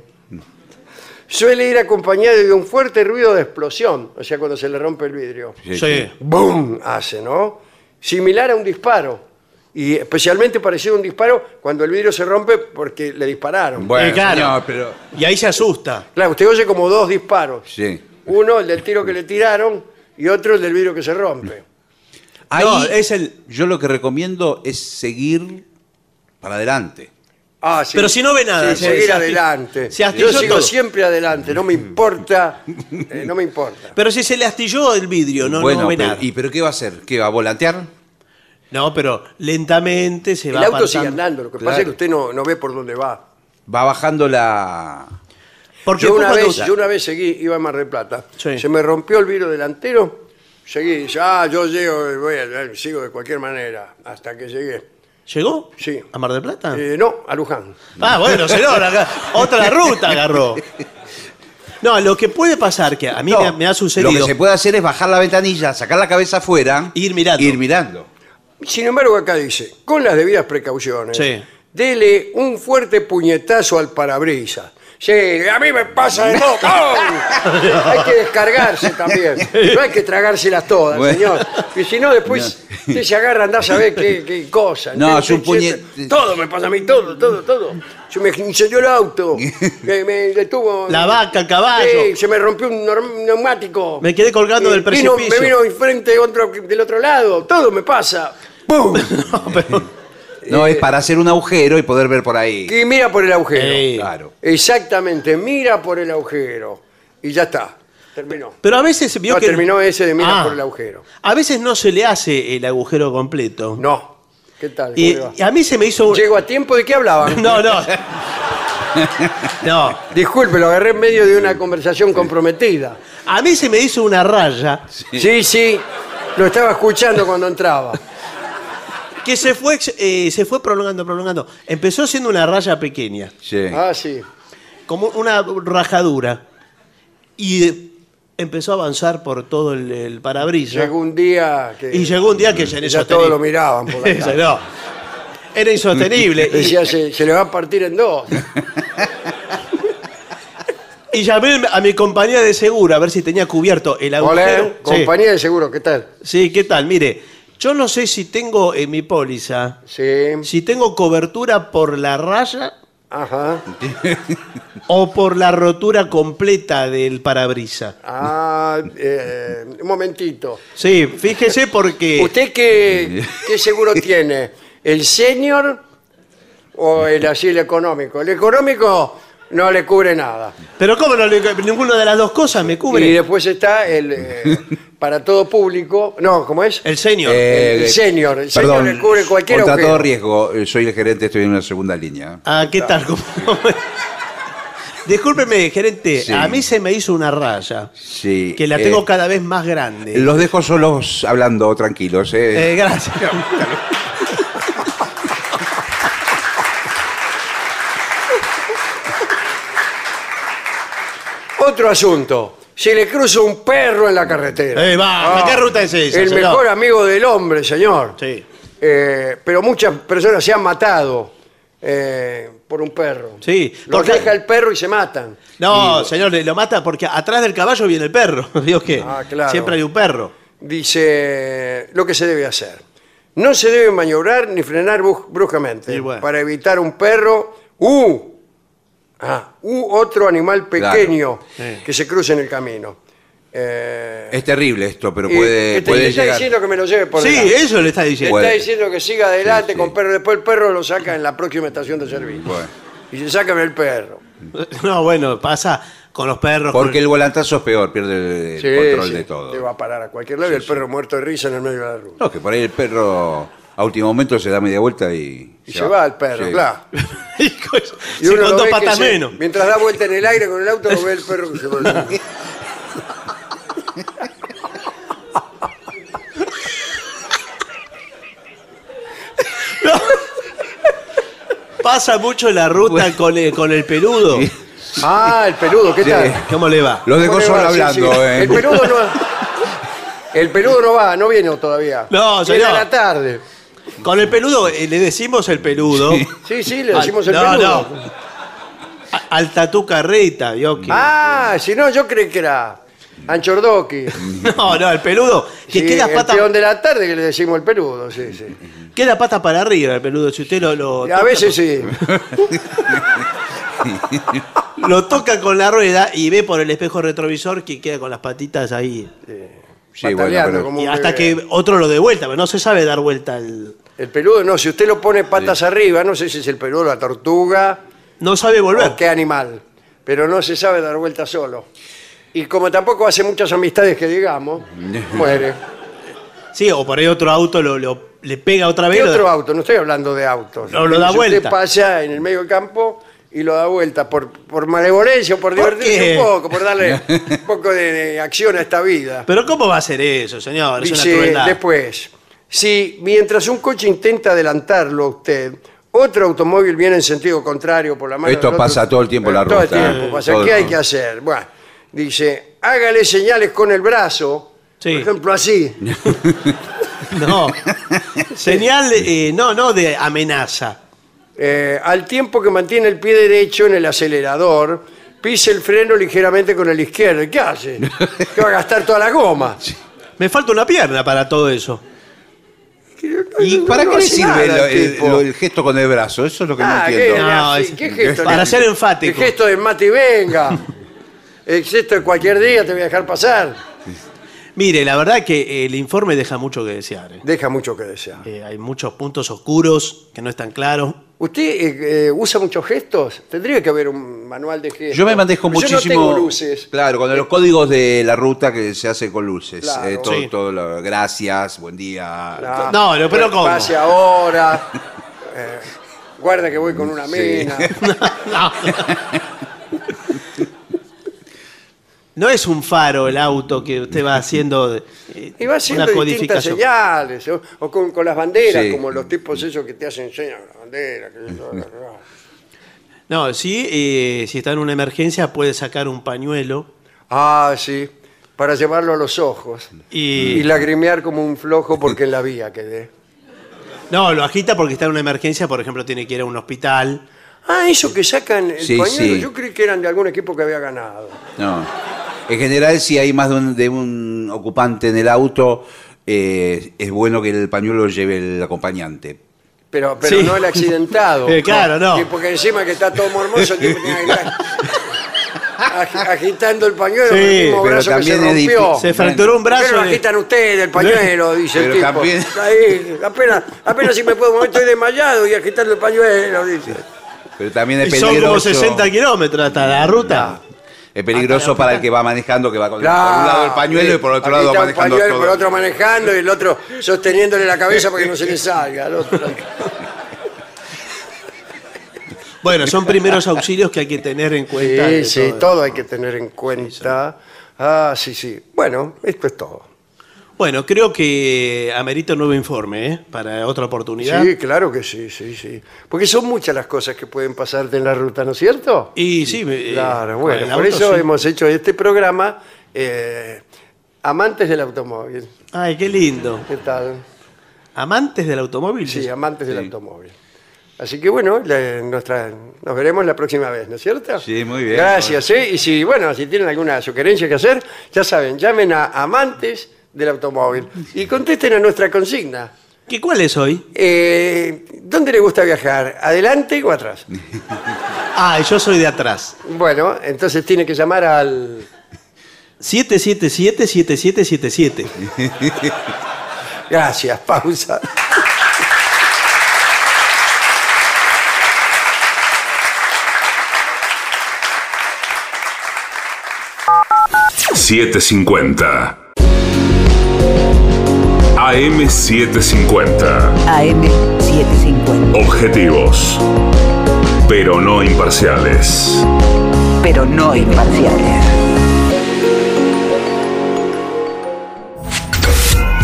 suele ir acompañado de un fuerte ruido de explosión, o sea, cuando se le rompe el vidrio. Sí, Sí. ¡Bum! Hace, ¿no? Similar a un disparo. Y especialmente parecido a un disparo cuando el vidrio se rompe porque le dispararon. Bueno, Eh, claro. señor, pero. Y ahí se asusta. Claro, usted oye como dos disparos. Sí. Uno, el del tiro que le tiraron, y otro, el del vidrio que se rompe. Ahí No, es el- Yo lo que recomiendo es seguir para adelante. Ah, sí. Pero si no ve nada, Sí, se- seguir se asti- adelante. se astilló Yo sigo todo. siempre adelante, no me importa. eh, no me importa. Pero si se le astilló el vidrio, no, bueno, no ve pero, nada. ¿y pero qué va a hacer? ¿Qué va a volantear? No, pero lentamente se El va auto apartando. sigue andando, lo que pasa Claro. es que usted no, no ve por dónde va. Va bajando la. Porque Yo una, después vez, cuando- yo una vez seguí, iba a Mar del Plata. Sí. Se me rompió el vidrio delantero, seguí, ya yo llego, voy a- eh, sigo de cualquier manera, hasta que llegué. ¿Llegó? Sí. ¿A Mar del Plata? Eh, no, a Luján. Ah, bueno, señor, acá- otra ruta agarró. No, lo que puede pasar, que a mí me, ha- me ha Lo sucedido. que se puede hacer es bajar la ventanilla, sacar la cabeza afuera. Ir mirando. Ir mirando. Sin embargo, acá dice, con las debidas precauciones, Sí. dele un fuerte puñetazo al parabrisas. Sí, a mí me pasa de todo. ¡pum! hay que descargarse también. No hay que tragárselas todas, Bueno. señor. Y si no, después usted se agarra, andá a saber qué, qué cosa. No, ¿entiende? es un puñe- Siempre- Todo me pasa a mí, todo, todo, todo. Se me incendió el auto. Me, me detuvo. La vaca, el caballo. Sí, se me rompió un norm- neumático. Me quedé colgando Y del vino- precipicio. me vino enfrente de otro, del otro lado. Todo me pasa. ¡Pum! No, Eh, es para hacer un agujero y poder ver por ahí. Y mira por el agujero. Ey. Claro. Exactamente, mira por el agujero. Y ya está. Terminó. Pero a veces vio No, que. Ah. terminó ese de mira por el agujero. A veces no se le hace el agujero completo. No. ¿Qué tal? ¿Cómo Y, le va? y a mí se me hizo un. Llego a tiempo de qué hablaban. No, no. No. Disculpe, lo agarré en medio de una conversación comprometida. A mí se me hizo una raya Sí, sí. Lo estaba escuchando cuando entraba. que se fue, ex- eh, se fue prolongando, prolongando. Empezó siendo una raya pequeña, Sí. Ah, sí. como una rajadura. Y eh, empezó a avanzar por todo el, el parabrisas. Llegó un día que y llegó un día que ya era ya todos lo insostenible. miraban por la Eso, calle. no. Era insostenible. Y- Decía, se, se le va a partir en dos. y, llamé a mi compañía de seguro a ver si tenía cubierto el agujero. Hola, Sí. compañía de seguro, ¿qué tal? Sí, ¿qué tal? Mire, Yo no sé si tengo en mi póliza, Sí. si tengo cobertura por la raya Ajá. o por la rotura completa del parabrisas. Ah, eh, un momentito. Sí, fíjese porque... ¿Usted qué, qué seguro tiene? ¿El senior o el así el económico? El económico no le cubre nada. Pero cómo no le- ninguna de las dos cosas me Y cubre. después está el eh, para todo público. No, ¿cómo es? El señor. Eh, El senior, el senior perdón, le cubre cualquier Contra todo agujero. riesgo, eh, soy el gerente, estoy en una segunda línea. Ah, ¿qué tal? ¿Cómo- Discúlpeme, gerente, Sí. a mí se me hizo una raya. Sí, Que la eh, tengo cada vez más grande. Los dejo solos hablando, tranquilos. eh. Eh, gracias. Otro asunto. Si le cruza un perro en la carretera. Ah, Eh, va, ¿qué ruta es esa, El señor? mejor amigo del hombre, señor. Sí. Eh, pero muchas personas se han matado eh, por un perro. Sí, Los porque- deja el perro y se matan. No, señor, le- lo mata porque atrás del caballo viene el perro. Digo que Ah, claro. siempre hay un perro. Dice lo que se debe hacer. No se debe maniobrar ni frenar bru- bruscamente Y bueno. para evitar un perro u, ah, u otro animal Claro. pequeño Sí. que se cruce en el camino. Eh, es terrible esto, pero eh, y puede, este- puede está llegar. diciendo que me lo lleve por Sí, delante. eso le está Le diciendo. Bueno. está Puede. diciendo que siga adelante Sí, con sí. perro. Después el perro lo saca en la próxima estación de servicio. Bueno. Y se sacan el perro. No, bueno, pasa con los perros. Porque con- el volantazo es peor, pierde el Sí, control sí, de todo. Te va a parar a cualquier lado y el perro muerto de risa en el medio de la ruta. No, que por ahí el perro a último momento se da media vuelta y. Y se va el perro, Sí. claro. Sí, uno con lo dos ve que patas se- menos. Mientras da vuelta en el aire con el auto, lo ve el perro que se vuelve. Pasa mucho en la ruta con, el, con el peludo. Ah, el peludo, ¿qué tal? ¿Cómo le va? Lo ¿Cómo dejó le solo va? Sí, hablando. sí. eh. El peludo no. El peludo no va, no vino todavía. Viene No, señor. a la tarde. Con el peludo eh, le decimos el peludo. Sí, sí, le decimos Al- el no, peludo. no. A- Al tatú carreta, vio que- Ah, si no, yo creí que era Anchordoqui. No, no, el peludo. Que Sí, queda, el pata, peón de la tarde que le decimos el peludo, sí, sí. queda pata para arriba el peludo. Si usted lo, lo A toca- veces sí. lo toca con la rueda y ve por el espejo retrovisor que queda con las patitas ahí. Sí, bueno, pataleando pero- como Y un hasta bebé. que otro lo dé vuelta, pero no se sabe dar vuelta el. El peludo, no, si usted lo pone patas arriba, no sé si es el peludo, la tortuga, No sabe volver. o Oh, qué animal, pero no se sabe dar vuelta solo. Y como tampoco hace muchas amistades que digamos, muere. Sí, o por ahí otro auto lo, lo- le pega otra vez. ¿Qué lo- otro auto? No estoy hablando de autos. No, lo da si vuelta. Usted pasa en el medio del campo y lo da vuelta por, por malevolencia, por ¿Por divertirse qué? un poco, por darle un poco de, de acción a esta vida. Pero ¿cómo va a ser eso, señor? Es una Dice crueldad. después, si mientras un coche intenta adelantarlo a usted, otro automóvil viene en sentido contrario por la mano Esto del otro- pasa todo el tiempo en la Todo el ruta, tiempo eh, pasa. todo el ¿Qué hay tiempo. que hacer? Bueno, dice, hágale señales con el brazo, Sí. por ejemplo así. No. Señal, eh, no, no de amenaza. Eh, al tiempo que mantiene el pie derecho en el acelerador, pise el freno ligeramente con el izquierdo. ¿Y qué hace? Que va a gastar toda la goma. Me falta una pierna para todo eso. ¿Y para no qué le hace sirve nada lo- el el, tipo. lo- el gesto con el brazo? Eso es lo que no Ah, entiendo. ¿qué? No, Sí, es- ¿qué gesto? para El- ser enfático. El gesto de mate y venga. El gesto de cualquier día te voy a dejar pasar. Mire, la verdad que eh, el informe deja mucho que desear. ¿eh? Deja mucho que desear. Eh, hay muchos puntos oscuros que no están claros. ¿Usted eh, eh, usa muchos gestos? Tendría que haber un manual de gestos. Yo me manejo Pero muchísimo. Yo no tengo luces. Eh, Claro, con los códigos de la ruta que se hace con luces. Claro. Eh, todo, Sí. todo lo- gracias, buen día. Ah, No, no, pero pues, ¿cómo? Pase ahora. Eh, guarda que voy con una mina. No es un faro el auto que usted va haciendo eh, Y va haciendo una distintas codificación. señales. O, o con, con las banderas, Sí. como los tipos esos que te hacen señas con la bandera. que yo- No, sí, eh, si está en una emergencia puede sacar un pañuelo Ah, sí. Para llevarlo a los ojos. y... Y lagrimear como un flojo porque en la vía quedé. No, lo agita porque está en una emergencia, por ejemplo, tiene que ir a un hospital. Ah, eso que sacan el Sí, pañuelo, sí. yo creí que eran de algún equipo que había ganado. No. En general, si hay más de un, de un ocupante en el auto, eh, es bueno que el pañuelo lo lleve el acompañante. Pero, pero Sí. no el accidentado. Eh, claro, no. Y porque encima que está todo mormoso, tiene que estar agi- agitando el pañuelo con Sí, el mismo pero brazo que se también es difícil. rompió. Se fracturó un ¿Por qué brazo. no de- agitan ustedes el pañuelo? Dice el Pero tipo. también- Está Ahí, apenas, apenas si me puedo mover, estoy desmayado y agitando el pañuelo, dice. Pero también es y son como peligroso. 60 kilómetros hasta la ruta. Es Ah, peligroso para el que va manejando, que va con por un lado el pañuelo sí. y por otro Agita lado un manejando pañuelo, todo. por otro manejando y el otro sosteniéndole la cabeza para que no se le salga. al otro. Bueno, son primeros auxilios que hay que tener en cuenta. Sí, de sí, todo. todo hay que tener en cuenta. Ah, sí, sí. Bueno, esto es todo. Bueno, creo que amerita un nuevo informe, ¿eh? Para otra oportunidad. Sí, claro que sí, sí, sí. Porque son muchas las cosas que pueden pasarte en la ruta, ¿no es cierto? Y sí, eh, Claro, con bueno, el por auto, eso sí. hemos hecho este programa eh, Amantes del Automóvil. Ay, qué lindo. ¿Qué tal? Amantes del automóvil. Sí, Amantes del Automóvil. Así que bueno, la- nuestra- nos veremos la próxima vez, ¿no es cierto? Sí, muy bien. Gracias, ¿eh? Y si, bueno, si tienen alguna sugerencia que hacer, ya saben, llamen a Amantes del Automóvil y contesten a nuestra consigna. ¿Qué cuál es hoy? Eh, ¿Dónde le gusta viajar? ¿Adelante o atrás? Ah, yo soy de atrás. Bueno, entonces tiene que llamar al... 777-7777. Gracias, pausa. AM750. AM750. AM750. Objetivos, pero no imparciales. Pero no imparciales.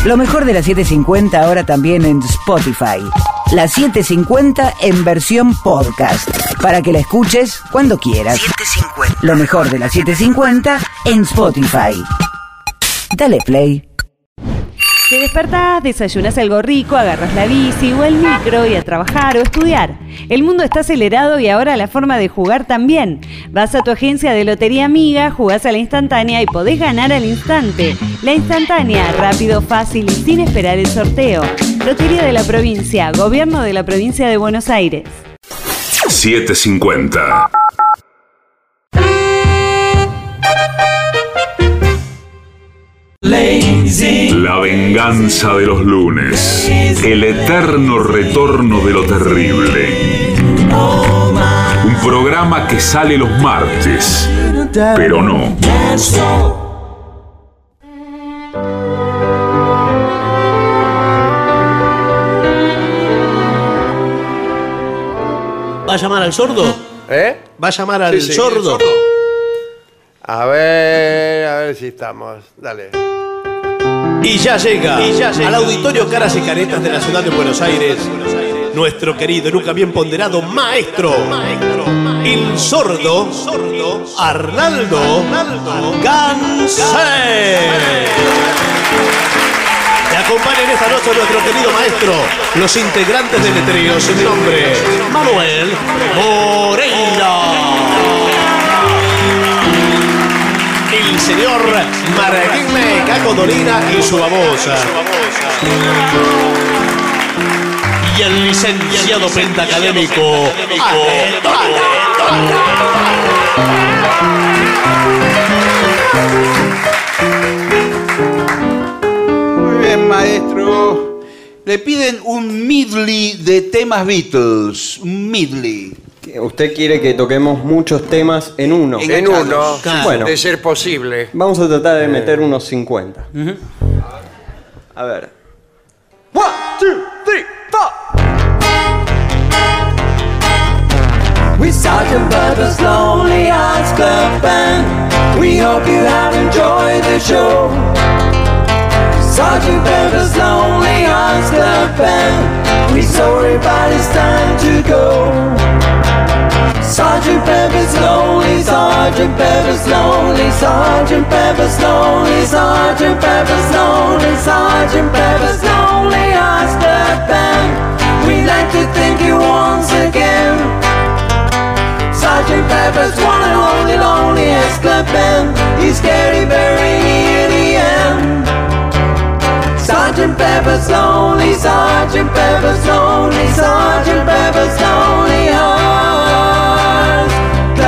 Lo mejor de la 750 ahora también en Spotify. La 750 en versión podcast. Para que la escuches cuando quieras. Lo mejor de la 750 en Spotify. Dale play. Te despertás, desayunas algo rico, agarras la bici o el micro y a trabajar o estudiar. El mundo está acelerado y ahora la forma de jugar también. Vas a tu agencia de lotería amiga, jugás a la instantánea y podés ganar al instante. La instantánea, rápido, fácil y sin esperar el sorteo. Lotería de la provincia, gobierno de la provincia de Buenos Aires. 750. La venganza de los lunes. El eterno retorno de lo terrible. Un programa que sale los martes, pero no. ¿Va a llamar al sordo? ¿Eh? ¿Va a llamar al Sí, sí. sordo? A ver, a ver si estamos. Dale. Y ya llega, al auditorio Caras y Caretas de la ciudad de Buenos Aires, nuestro querido y nunca bien ponderado maestro, el sordo Arnaldo Gansé. Te acompañan esta noche nuestro querido maestro, los integrantes del trío sin nombre, Manuel Moreira. El señor Maraguirme Caco Dolina y su babosa. Y el licenciado pentacadémico. Ale Muy bien, maestro. Le piden un midley de temas Beatles. Un midley. Usted quiere que toquemos muchos temas en uno. En Enganchados. uno, Claro. Bueno. de ser posible. Vamos a tratar de meter unos 50. A ver. One, two, three, four. We Sergeant Pepper's Lonely Hearts Club Band. We hope you have enjoyed the show. Sergeant Pepper's Lonely Hearts Club Band. We sorry, but it's time to go. Sergeant Pepper's lonely, Sergeant Pepper's lonely, Sergeant Pepper's lonely, Sergeant Pepper's lonely, Sergeant Pepper's lonely hearts club band. We like to thank you once again. Sergeant Pepper's one and only lonely hearts club band. He's getting very near the end. Sergeant Pepper's Lonely Sergeant Pepper's Lonely Sergeant Pepper's Lonely Hearts Club.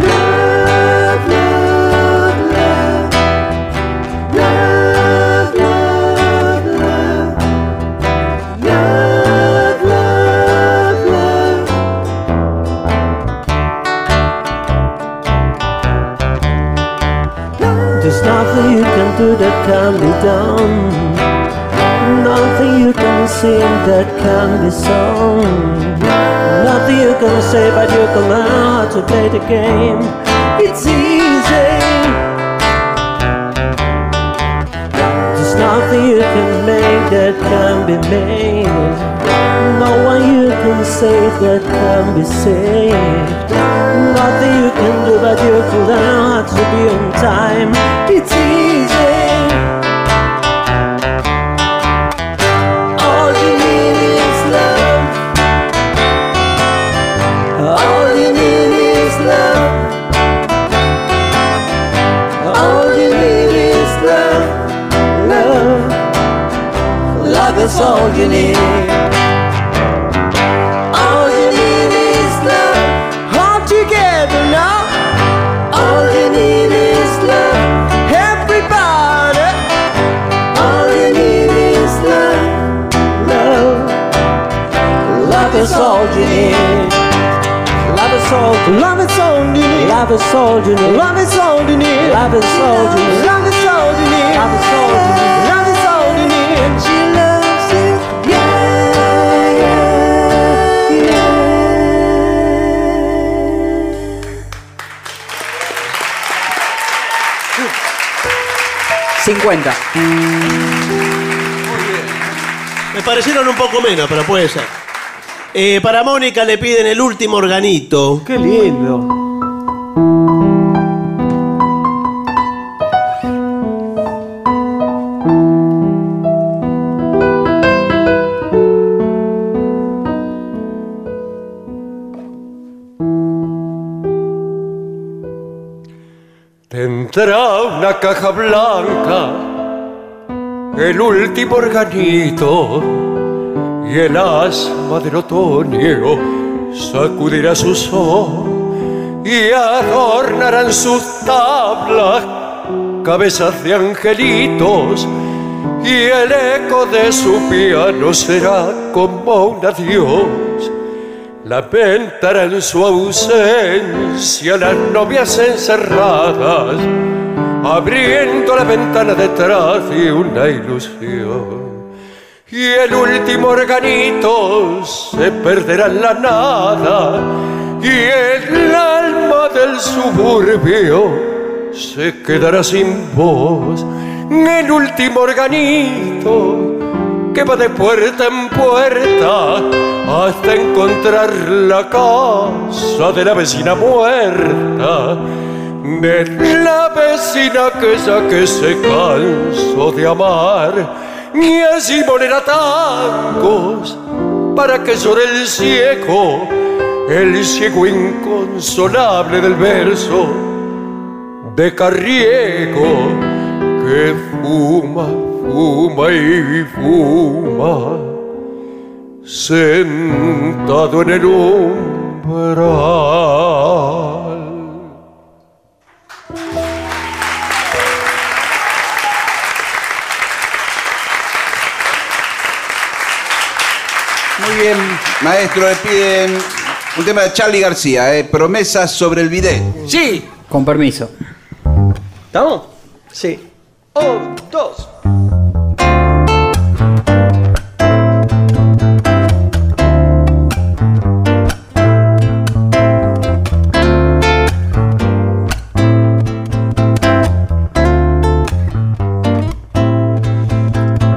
Love, love, love. Love, love, love. Love, love, love. There's nothing you can do that can be done. Nothing you can sing that can be sung. Nothing you can say, but you can learn how to play the game. It's easy. There's nothing you can make that can be made. No one you can save that can be saved. Nothing you can do but you can learn how to be on time. It's easy. All you need is love. All you need is love. All you need is love. Love. Love is all you need. All you need is love. All together now. All you need is love. Everybody. All you need is love. Love. Love is all you need. Love is all you need. Love is all you need. Love is all you need. Love is all you need. Love is all you need. Love is all you need. Love is all you need. Love is all you need. And she loves you. Yeah, yeah, sí. 50. Me parecieron un poco menos, pero puede ser. Eh, para Mónica le piden el último organito. Qué lindo. Tendrá una caja blanca, el último organito y el asma del otoño sacudirá su sol y adornarán sus tablas cabezas de angelitos y el eco de su piano será como un adiós. Lamentarán su ausencia las novias encerradas, abriendo la ventana detrás de una ilusión. Y el último organito se perderá en la nada, y el alma del suburbio se quedará sin voz. El último organito que va de puerta en puerta hasta encontrar la casa de la vecina muerta, de la vecina aquella que se cansó de amar, y así morirá tangos para que llore el ciego, el ciego inconsolable del verso de Carriego que fuma, fuma y fuma, sentado en el umbral. Muy bien, maestro, le piden un tema de Charlie García, eh, promesas sobre el bidet. Sí. Con permiso. ¿Estamos? Sí. Un, dos.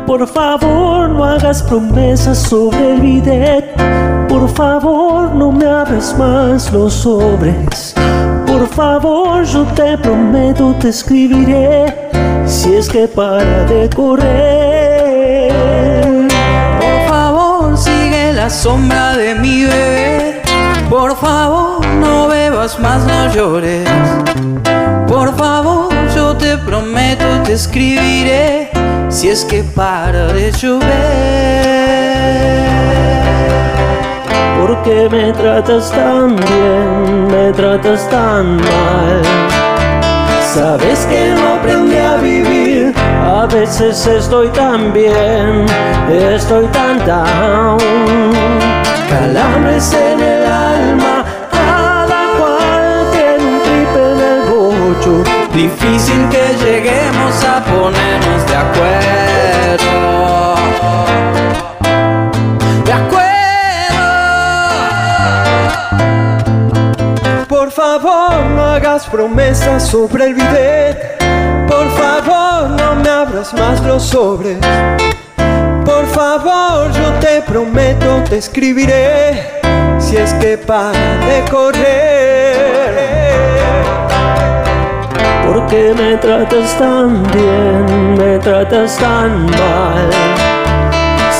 Por favor, no hagas promesas sobre el bidet. Por favor, no me abres más los sobres. Por favor, yo te prometo, te escribiré. Si es que para de correr. Por favor, sigue la sombra de mi bebé. Por favor, no bebas más, no llores. Por favor, yo te prometo, te escribiré. si es que para de llover. ¿Por qué me tratas tan bien? Me tratas tan mal. Sabes que no aprendí a vivir. A veces estoy tan bien, estoy tan down. Calambres en el alma, cada cual tiene un triple en el bocho. Difícil que lleguemos a ponernos de acuerdo. De acuerdo. Por favor, no hagas promesas sobre el bidet. Por favor, no me abras más los sobres. Por favor, yo te prometo, te escribiré. Si es que para de correr. ¿Por qué me tratas tan bien? Me tratas tan mal.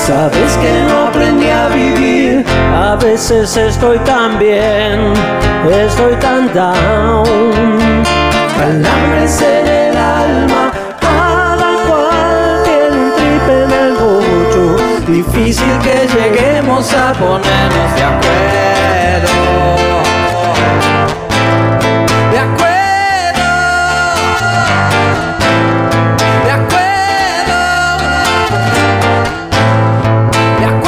Sabes que no aprendí a vivir. A veces estoy tan bien, estoy tan down. Calambres en el alma, cada cual tiene un triple en el bocho. Difícil que lleguemos a ponernos de acuerdo. De acuerdo. De acuerdo. De acuerdo.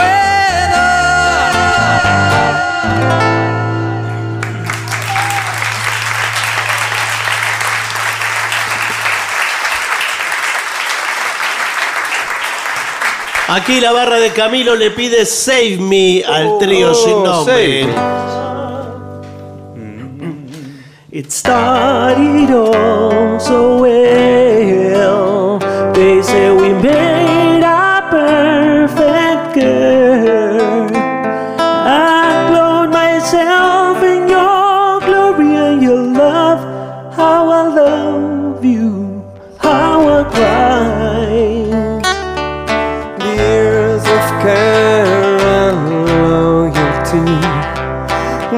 Aquí la barra de Camilo le pide Save Me al trío Oh, sin nombre. save It started all so well. They say we made a perfect girl. I clothed myself in your glory and your love. How I love you, how I cry. Years of care and loyalty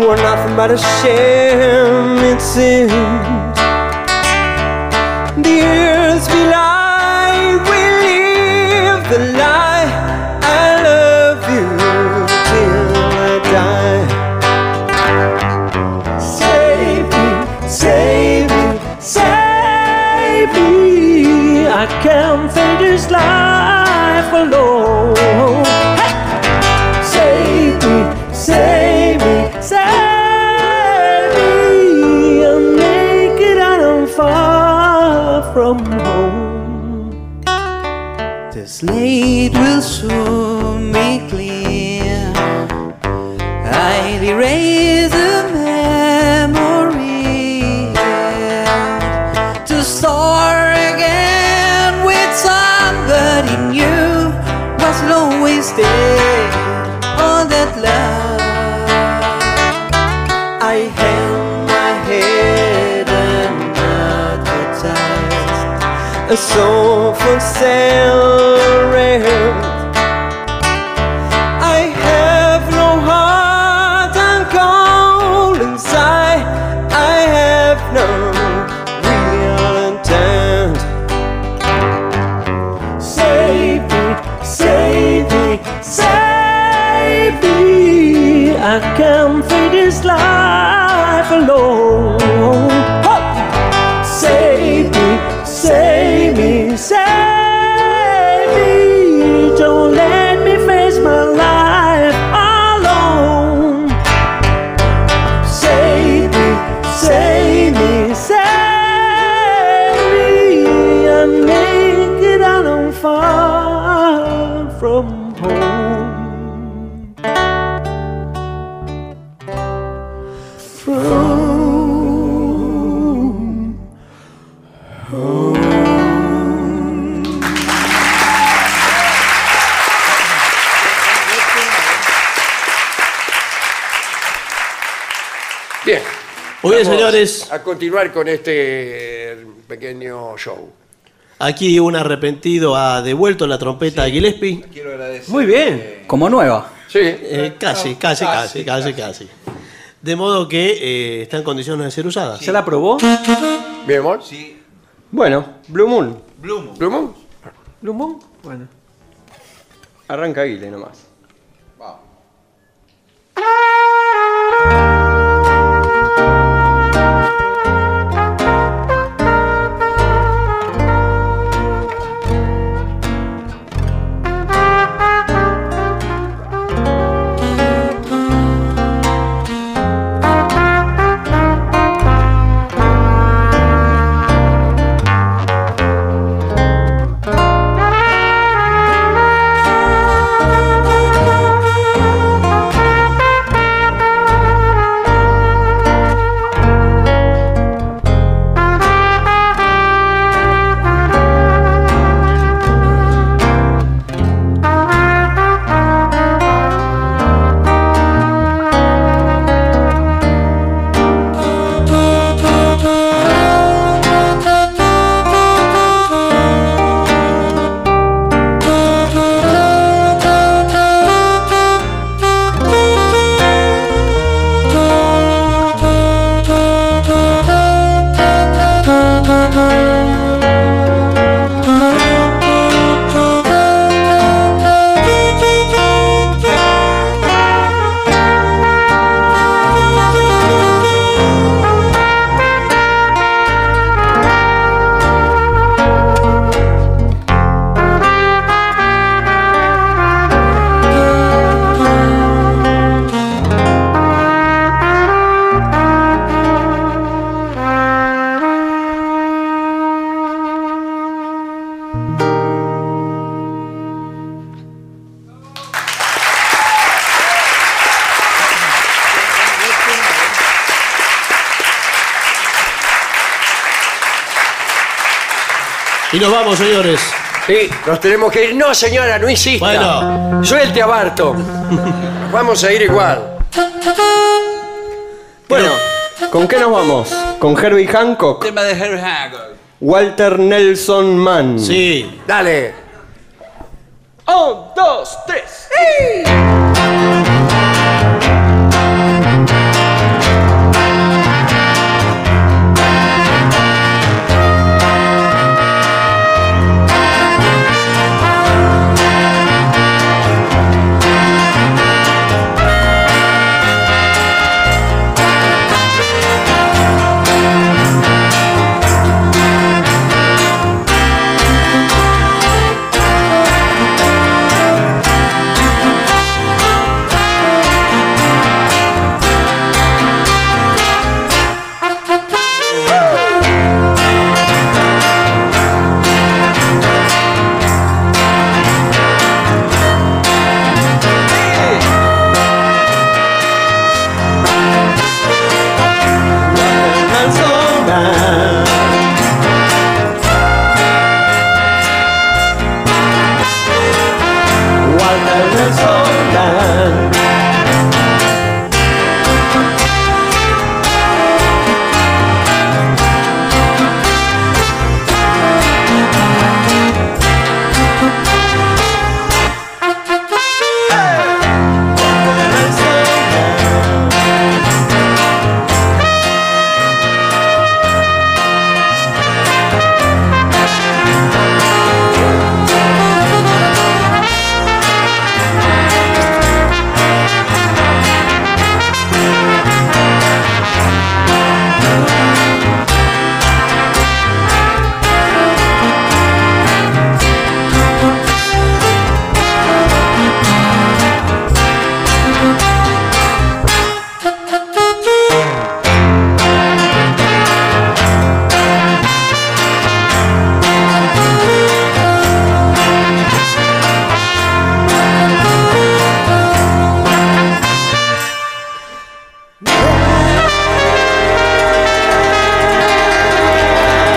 were nothing but a sham, it seems. The years we lie, we live the lie. I love you till I die. Save me, save me, save me. I can't face this life alone. Hey! Save me, save me, save me. I'll make it out I'm far from home. This light will soon be clear. I'd erase the memory yeah. to start again with somebody new. Was always there all that love. I held my head and advertised. a soul for sale rent. I have no heart, I'm cold inside. I have no real intent. Save me, save me, save me. I can't face this life alone. Ho! Save me, save me, save me. Don't let me face my life alone. Save me, save me, save me. I make it out on far from home. From Bien. Muy bien, Vamos señores. A continuar con este eh, pequeño show. Aquí un arrepentido ha devuelto la trompeta a Gillespie. Quiero agradecer. Muy bien. Como nueva. Sí. casi, casi, casi, casi, casi. De modo que eh, está en condiciones de ser usada. ¿Se la probó? ¿Bien, amor? Bueno, Blue Moon. ¿Plumón? ¿Lumbón? Bueno. Arranca Guile nomás. Y nos vamos, señores. Sí, nos tenemos que ir. No, señora, no insista. Bueno. Suelte a Barto. vamos a ir igual. Bueno, ¿con qué nos vamos? ¿Con Herbie Hancock? Tema de Herbie Hancock. Walter Nelson Mann. Sí. Dale. Un, dos, tres. Nelson Mann. Walter Nelson Mann.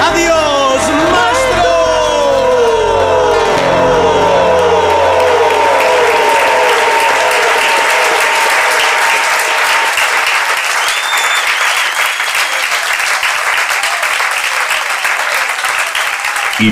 ¡Adiós, maestro! Y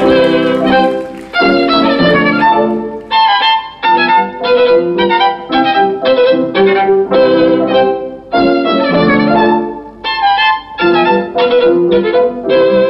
you. Thank you.